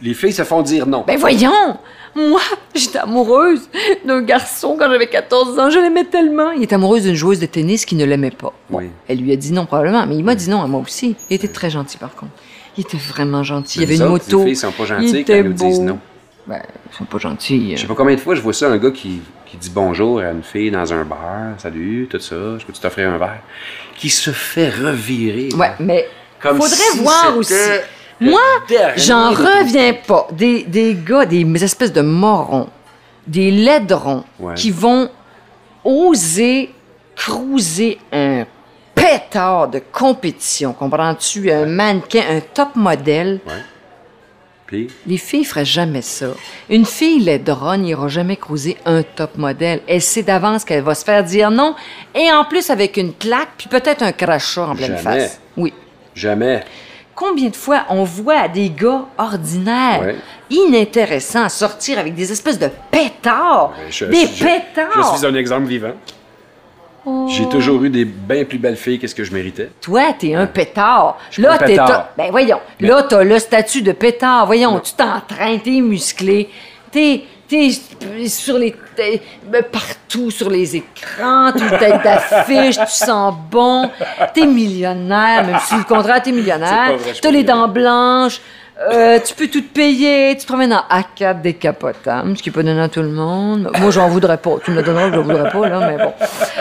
F: Les filles se font dire non.
E: Ben voyons! Moi, j'étais amoureuse d'un garçon quand j'avais 14 ans. Je l'aimais tellement. Il était amoureuse d'une joueuse de tennis qui ne l'aimait pas. Bon,
F: Oui.
E: Elle lui a dit non probablement, mais il m'a dit non à moi aussi. Il était très gentil par contre. Il était vraiment gentil. Il y
F: Mais
E: avait
F: les
E: une
F: autres,
E: moto.
F: Les filles sont pas
E: il
F: gentilles quand
E: était
F: elles nous disent
E: beau.
F: non.
E: Ben, ils sont pas gentils. euh.
F: Je sais pas combien de fois je vois ça, un gars qui, qui dit bonjour à une fille dans un bar, salut, tout ça, je peux t'offrir un verre, qui se fait revirer.
E: Ouais,
F: là.
E: mais
F: Comme
E: faudrait
F: si
E: voir
F: c'était
E: aussi.
F: le
E: Moi,
F: dernier
E: j'en
F: des-
E: reviens pas. Des, des gars, des espèces de morons, des laidrons
F: Ouais.
E: qui vont oser cruiser un pétard de compétition, comprends-tu? Un mannequin, un top modèle.
F: Puis,
E: Les filles feraient jamais ça. Une fille laidronne n'ira jamais croiser un top modèle. Elle sait d'avance qu'elle va se faire dire non, et en plus avec une claque, puis peut-être un crachat en pleine
F: Jamais.
E: face. Oui.
F: jamais.
E: Combien de fois on voit des gars ordinaires,
F: Ouais.
E: inintéressants, sortir avec des espèces de pétards?
F: Ben, Je-
E: des
F: je- Je,
E: pétards! Oh.
F: suis un exemple vivant. J'ai toujours eu des bien plus belles filles que ce que je méritais.
E: Toi, t'es un pétard.
F: suis
E: là,
F: pas un
E: t'es.
F: pétard.
E: Ben voyons.
F: Mais-
E: Là, t'as le statut de pétard. Voyons, tu t'entraînes, t'es musclé. T'es. T'es sur les. t'es- ben, partout sur les écrans, t'es une tête d'affiche, tu sens bon. T'es millionnaire, même si le contrat, t'es
F: C'est
E: millionnaire.
F: pas vrai, je suis
E: T'as
F: pas
E: les dents blanches. euh, tu peux tout te payer, tu te promènes en A4 décapotable, ce qui peut donner à tout le monde. Moi, j'en voudrais pas. Tu me le donneras, je le voudrais pas, là, mais bon.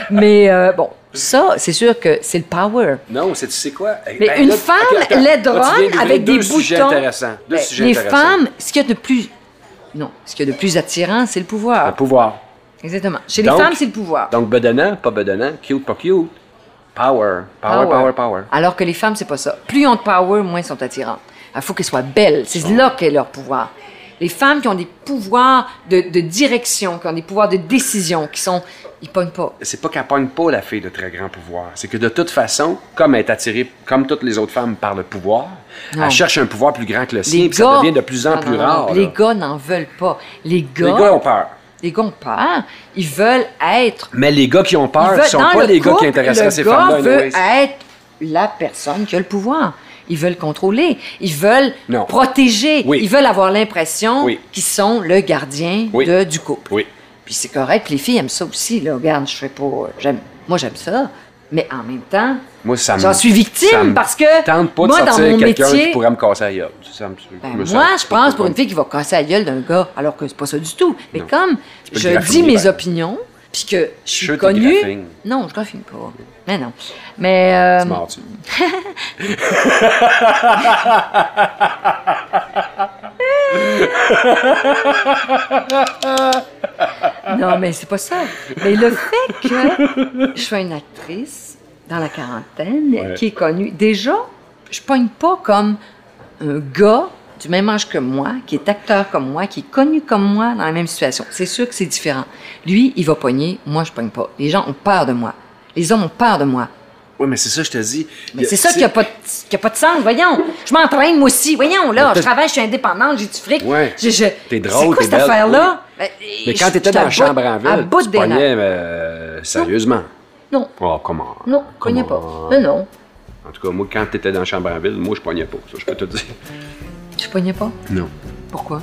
E: Mais euh, bon, ça, c'est sûr que c'est le power.
F: Non, c'est tu sais quoi? Eh,
E: Mais
F: ben,
E: une
F: là,
E: femme
F: ok, attends.
E: laidronne
F: Là, tu viens d'ouvrir
E: avec
F: deux
E: des
F: sujets
E: boutons.
F: Intéressants. Deux
E: Ben,
F: sujets
E: les
F: intéressants.
E: femmes, ce qu'il y a de plus. Non, ce qu'il y a de plus attirant, c'est le
F: Un
E: pouvoir.
F: pouvoir.
E: Exactement. Chez
F: Ah, Donc-
E: les femmes, c'est le pouvoir.
F: Donc, bedonnant, pas bedonnant, cute, pas cute. Power. Power, power, power.
E: Alors que les femmes, c'est pas ça. Plus on de power, moins elles sont attirantes. Il faut qu'elles soient belles. C'est
F: Ah.
E: là qu'est leur pouvoir. Les femmes qui ont des pouvoirs de, de direction, qui ont des pouvoirs de décision, qui sont. Ils pognent pas.
F: C'est pas qu'elle pogne pas la fille de très grand pouvoir. C'est que de toute façon, comme elle est attirée, comme toutes les autres femmes, par le pouvoir,
E: Non.
F: elle cherche un pouvoir plus grand que le
E: Les
F: sien, puis ça
E: gars-
F: devient de plus en
E: Non,
F: plus
E: non, non, non.
F: rare. là.
E: Les gars n'en veulent pas. Les
F: Les
E: gars,
F: gars ont peur.
E: les gars ont peur. Ils veulent être
F: Mais les gars qui ont
E: Ils
F: peur ne
E: veulent-
F: sont
E: dans
F: pas
E: le
F: les gars
E: couple,
F: qui intéresseraient ces
E: Le gars
F: femmes-là.
E: veut
F: anyways.
E: être la personne qui a le pouvoir. Ils veulent contrôler. Ils veulent
F: Non.
E: protéger.
F: Oui.
E: Ils veulent avoir l'impression
F: Oui.
E: qu'ils sont le gardien
F: Oui.
E: de- du couple.
F: Oui.
E: Puis c'est correct. puis Les filles aiment ça aussi. Là. Regarde, je fais pas. j'aime- moi, j'aime ça. Mais en même temps,
F: Moi, ça me-
E: j'en suis
F: ça
E: victime
F: me
E: parce que
F: tente pas de
E: moi, dans
F: sortir
E: mon
F: quelqu'un qui
E: métier,
F: pourrait me casser la gueule. Ça me- je
E: ben,
F: me sens-
E: moi, je pense pour une fille qui va casser la gueule d'un gars, alors que c'est pas ça du tout. Mais
F: Non.
E: comme
F: pas
E: je
F: le
E: dis
F: graffiner,
E: mes
F: ben.
E: opinions, puis que je
F: Je
E: suis
F: te
E: connue.
F: graffine.
E: Non, je graffine pas. Mais non. Mais. euh,
F: Tu mords-tu?
E: Non, mais c'est pas ça. Mais le fait que je sois une actrice dans la quarantaine qui est connue, déjà, je pogne pas comme un gars du même âge que moi, qui est acteur comme moi, qui est connu comme moi dans la même situation. C'est sûr que c'est différent. Lui, il va pogner, moi, je pogne pas. Les gens ont peur de moi. Les hommes ont peur de moi.
F: Oui, mais c'est ça, je te dis.
E: Mais c'est ça qui a, pas de- qui a pas de sens, voyons. Je m'entraîne, moi aussi, voyons, là. Je travaille, je suis indépendante, j'ai du fric.
F: Ouais.
E: Je, je-
F: T'es drôle,
E: C'est quoi
F: t'es
E: cette
F: belle,
E: affaire-là? Ben,
F: Mais quand t'étais dans la chambre en ville, tu
E: bout des nerfs.
F: pognais, mais, euh, sérieusement.
E: Non,
F: Oh, comment?
E: non, je
F: Comment?
E: pognais pas. Non, non,
F: En tout cas, moi, quand t'étais dans la chambre en ville, moi, je pognais pas. Ça, je peux te dire.
E: je pognais pas.
F: Non.
E: Pourquoi?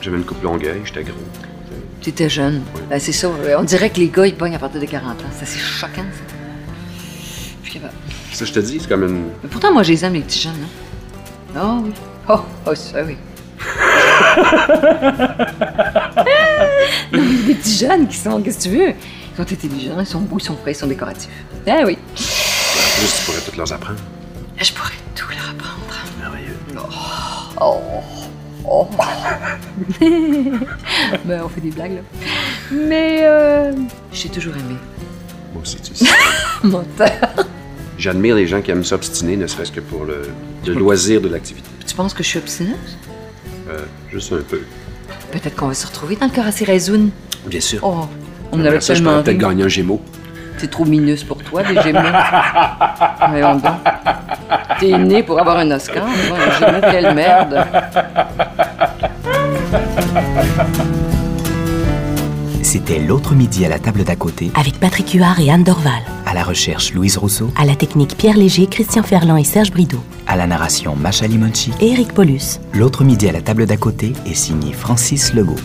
F: J'avais une coupe longueuil, j'étais gros.
E: T'étais jeune. Ben, c'est ça, ouais. on dirait que les gars, ils pognent à partir de 40 ans. Ça, c'est choquant, ça. Je suis capable.
F: Ça, je te dis, c'est comme une.
E: Mais pourtant, moi, je les aime, les petits jeunes, là. Ah oui. Oh, oh, ça, oui. non, mais les petits jeunes qui sont, qu'est-ce que tu veux? Ils sont intelligents, ils sont beaux, ils sont frais, ils sont décoratifs. Ah oui.
F: Juste, tu pourrais toutes leur apprendre.
E: Je pourrais tout leur apprendre.
F: Merveilleux.
E: Oh. Oh. ben, on fait des blagues, là. Mais, euh, j'ai toujours aimé.
F: Moi aussi, tu sais.
E: Menteur.
F: J'admire les gens qui aiment s'obstiner, ne serait-ce que pour le, le loisir de l'activité.
E: Tu penses que je suis obstinate?
F: Euh, juste un peu.
E: Peut-être qu'on va se retrouver dans le Karasi Rezoun.
F: Bien sûr.
E: Oh, on
F: Après
E: avait
F: ça, je
E: tellement
F: pourrais peut-être
E: ri.
F: gagner un Gémeaux.
E: C'est trop mineuse pour toi, des Gémeaux. Voyons donc. T'es né pour avoir un Oscar, mais moi, un Gémeaux, quelle merde.
C: C'était l'autre midi à la table d'à côté,
B: Avec Patrick Huard et Anne Dorval.
C: à la recherche Louise Rousseau,
B: À la technique Pierre Léger, Christian Ferland et Serge Brideau.
C: à la narration Macha Limonchi.
B: Et Eric Paulus.
C: L'autre midi à la table d'à côté est signé Francis Legault.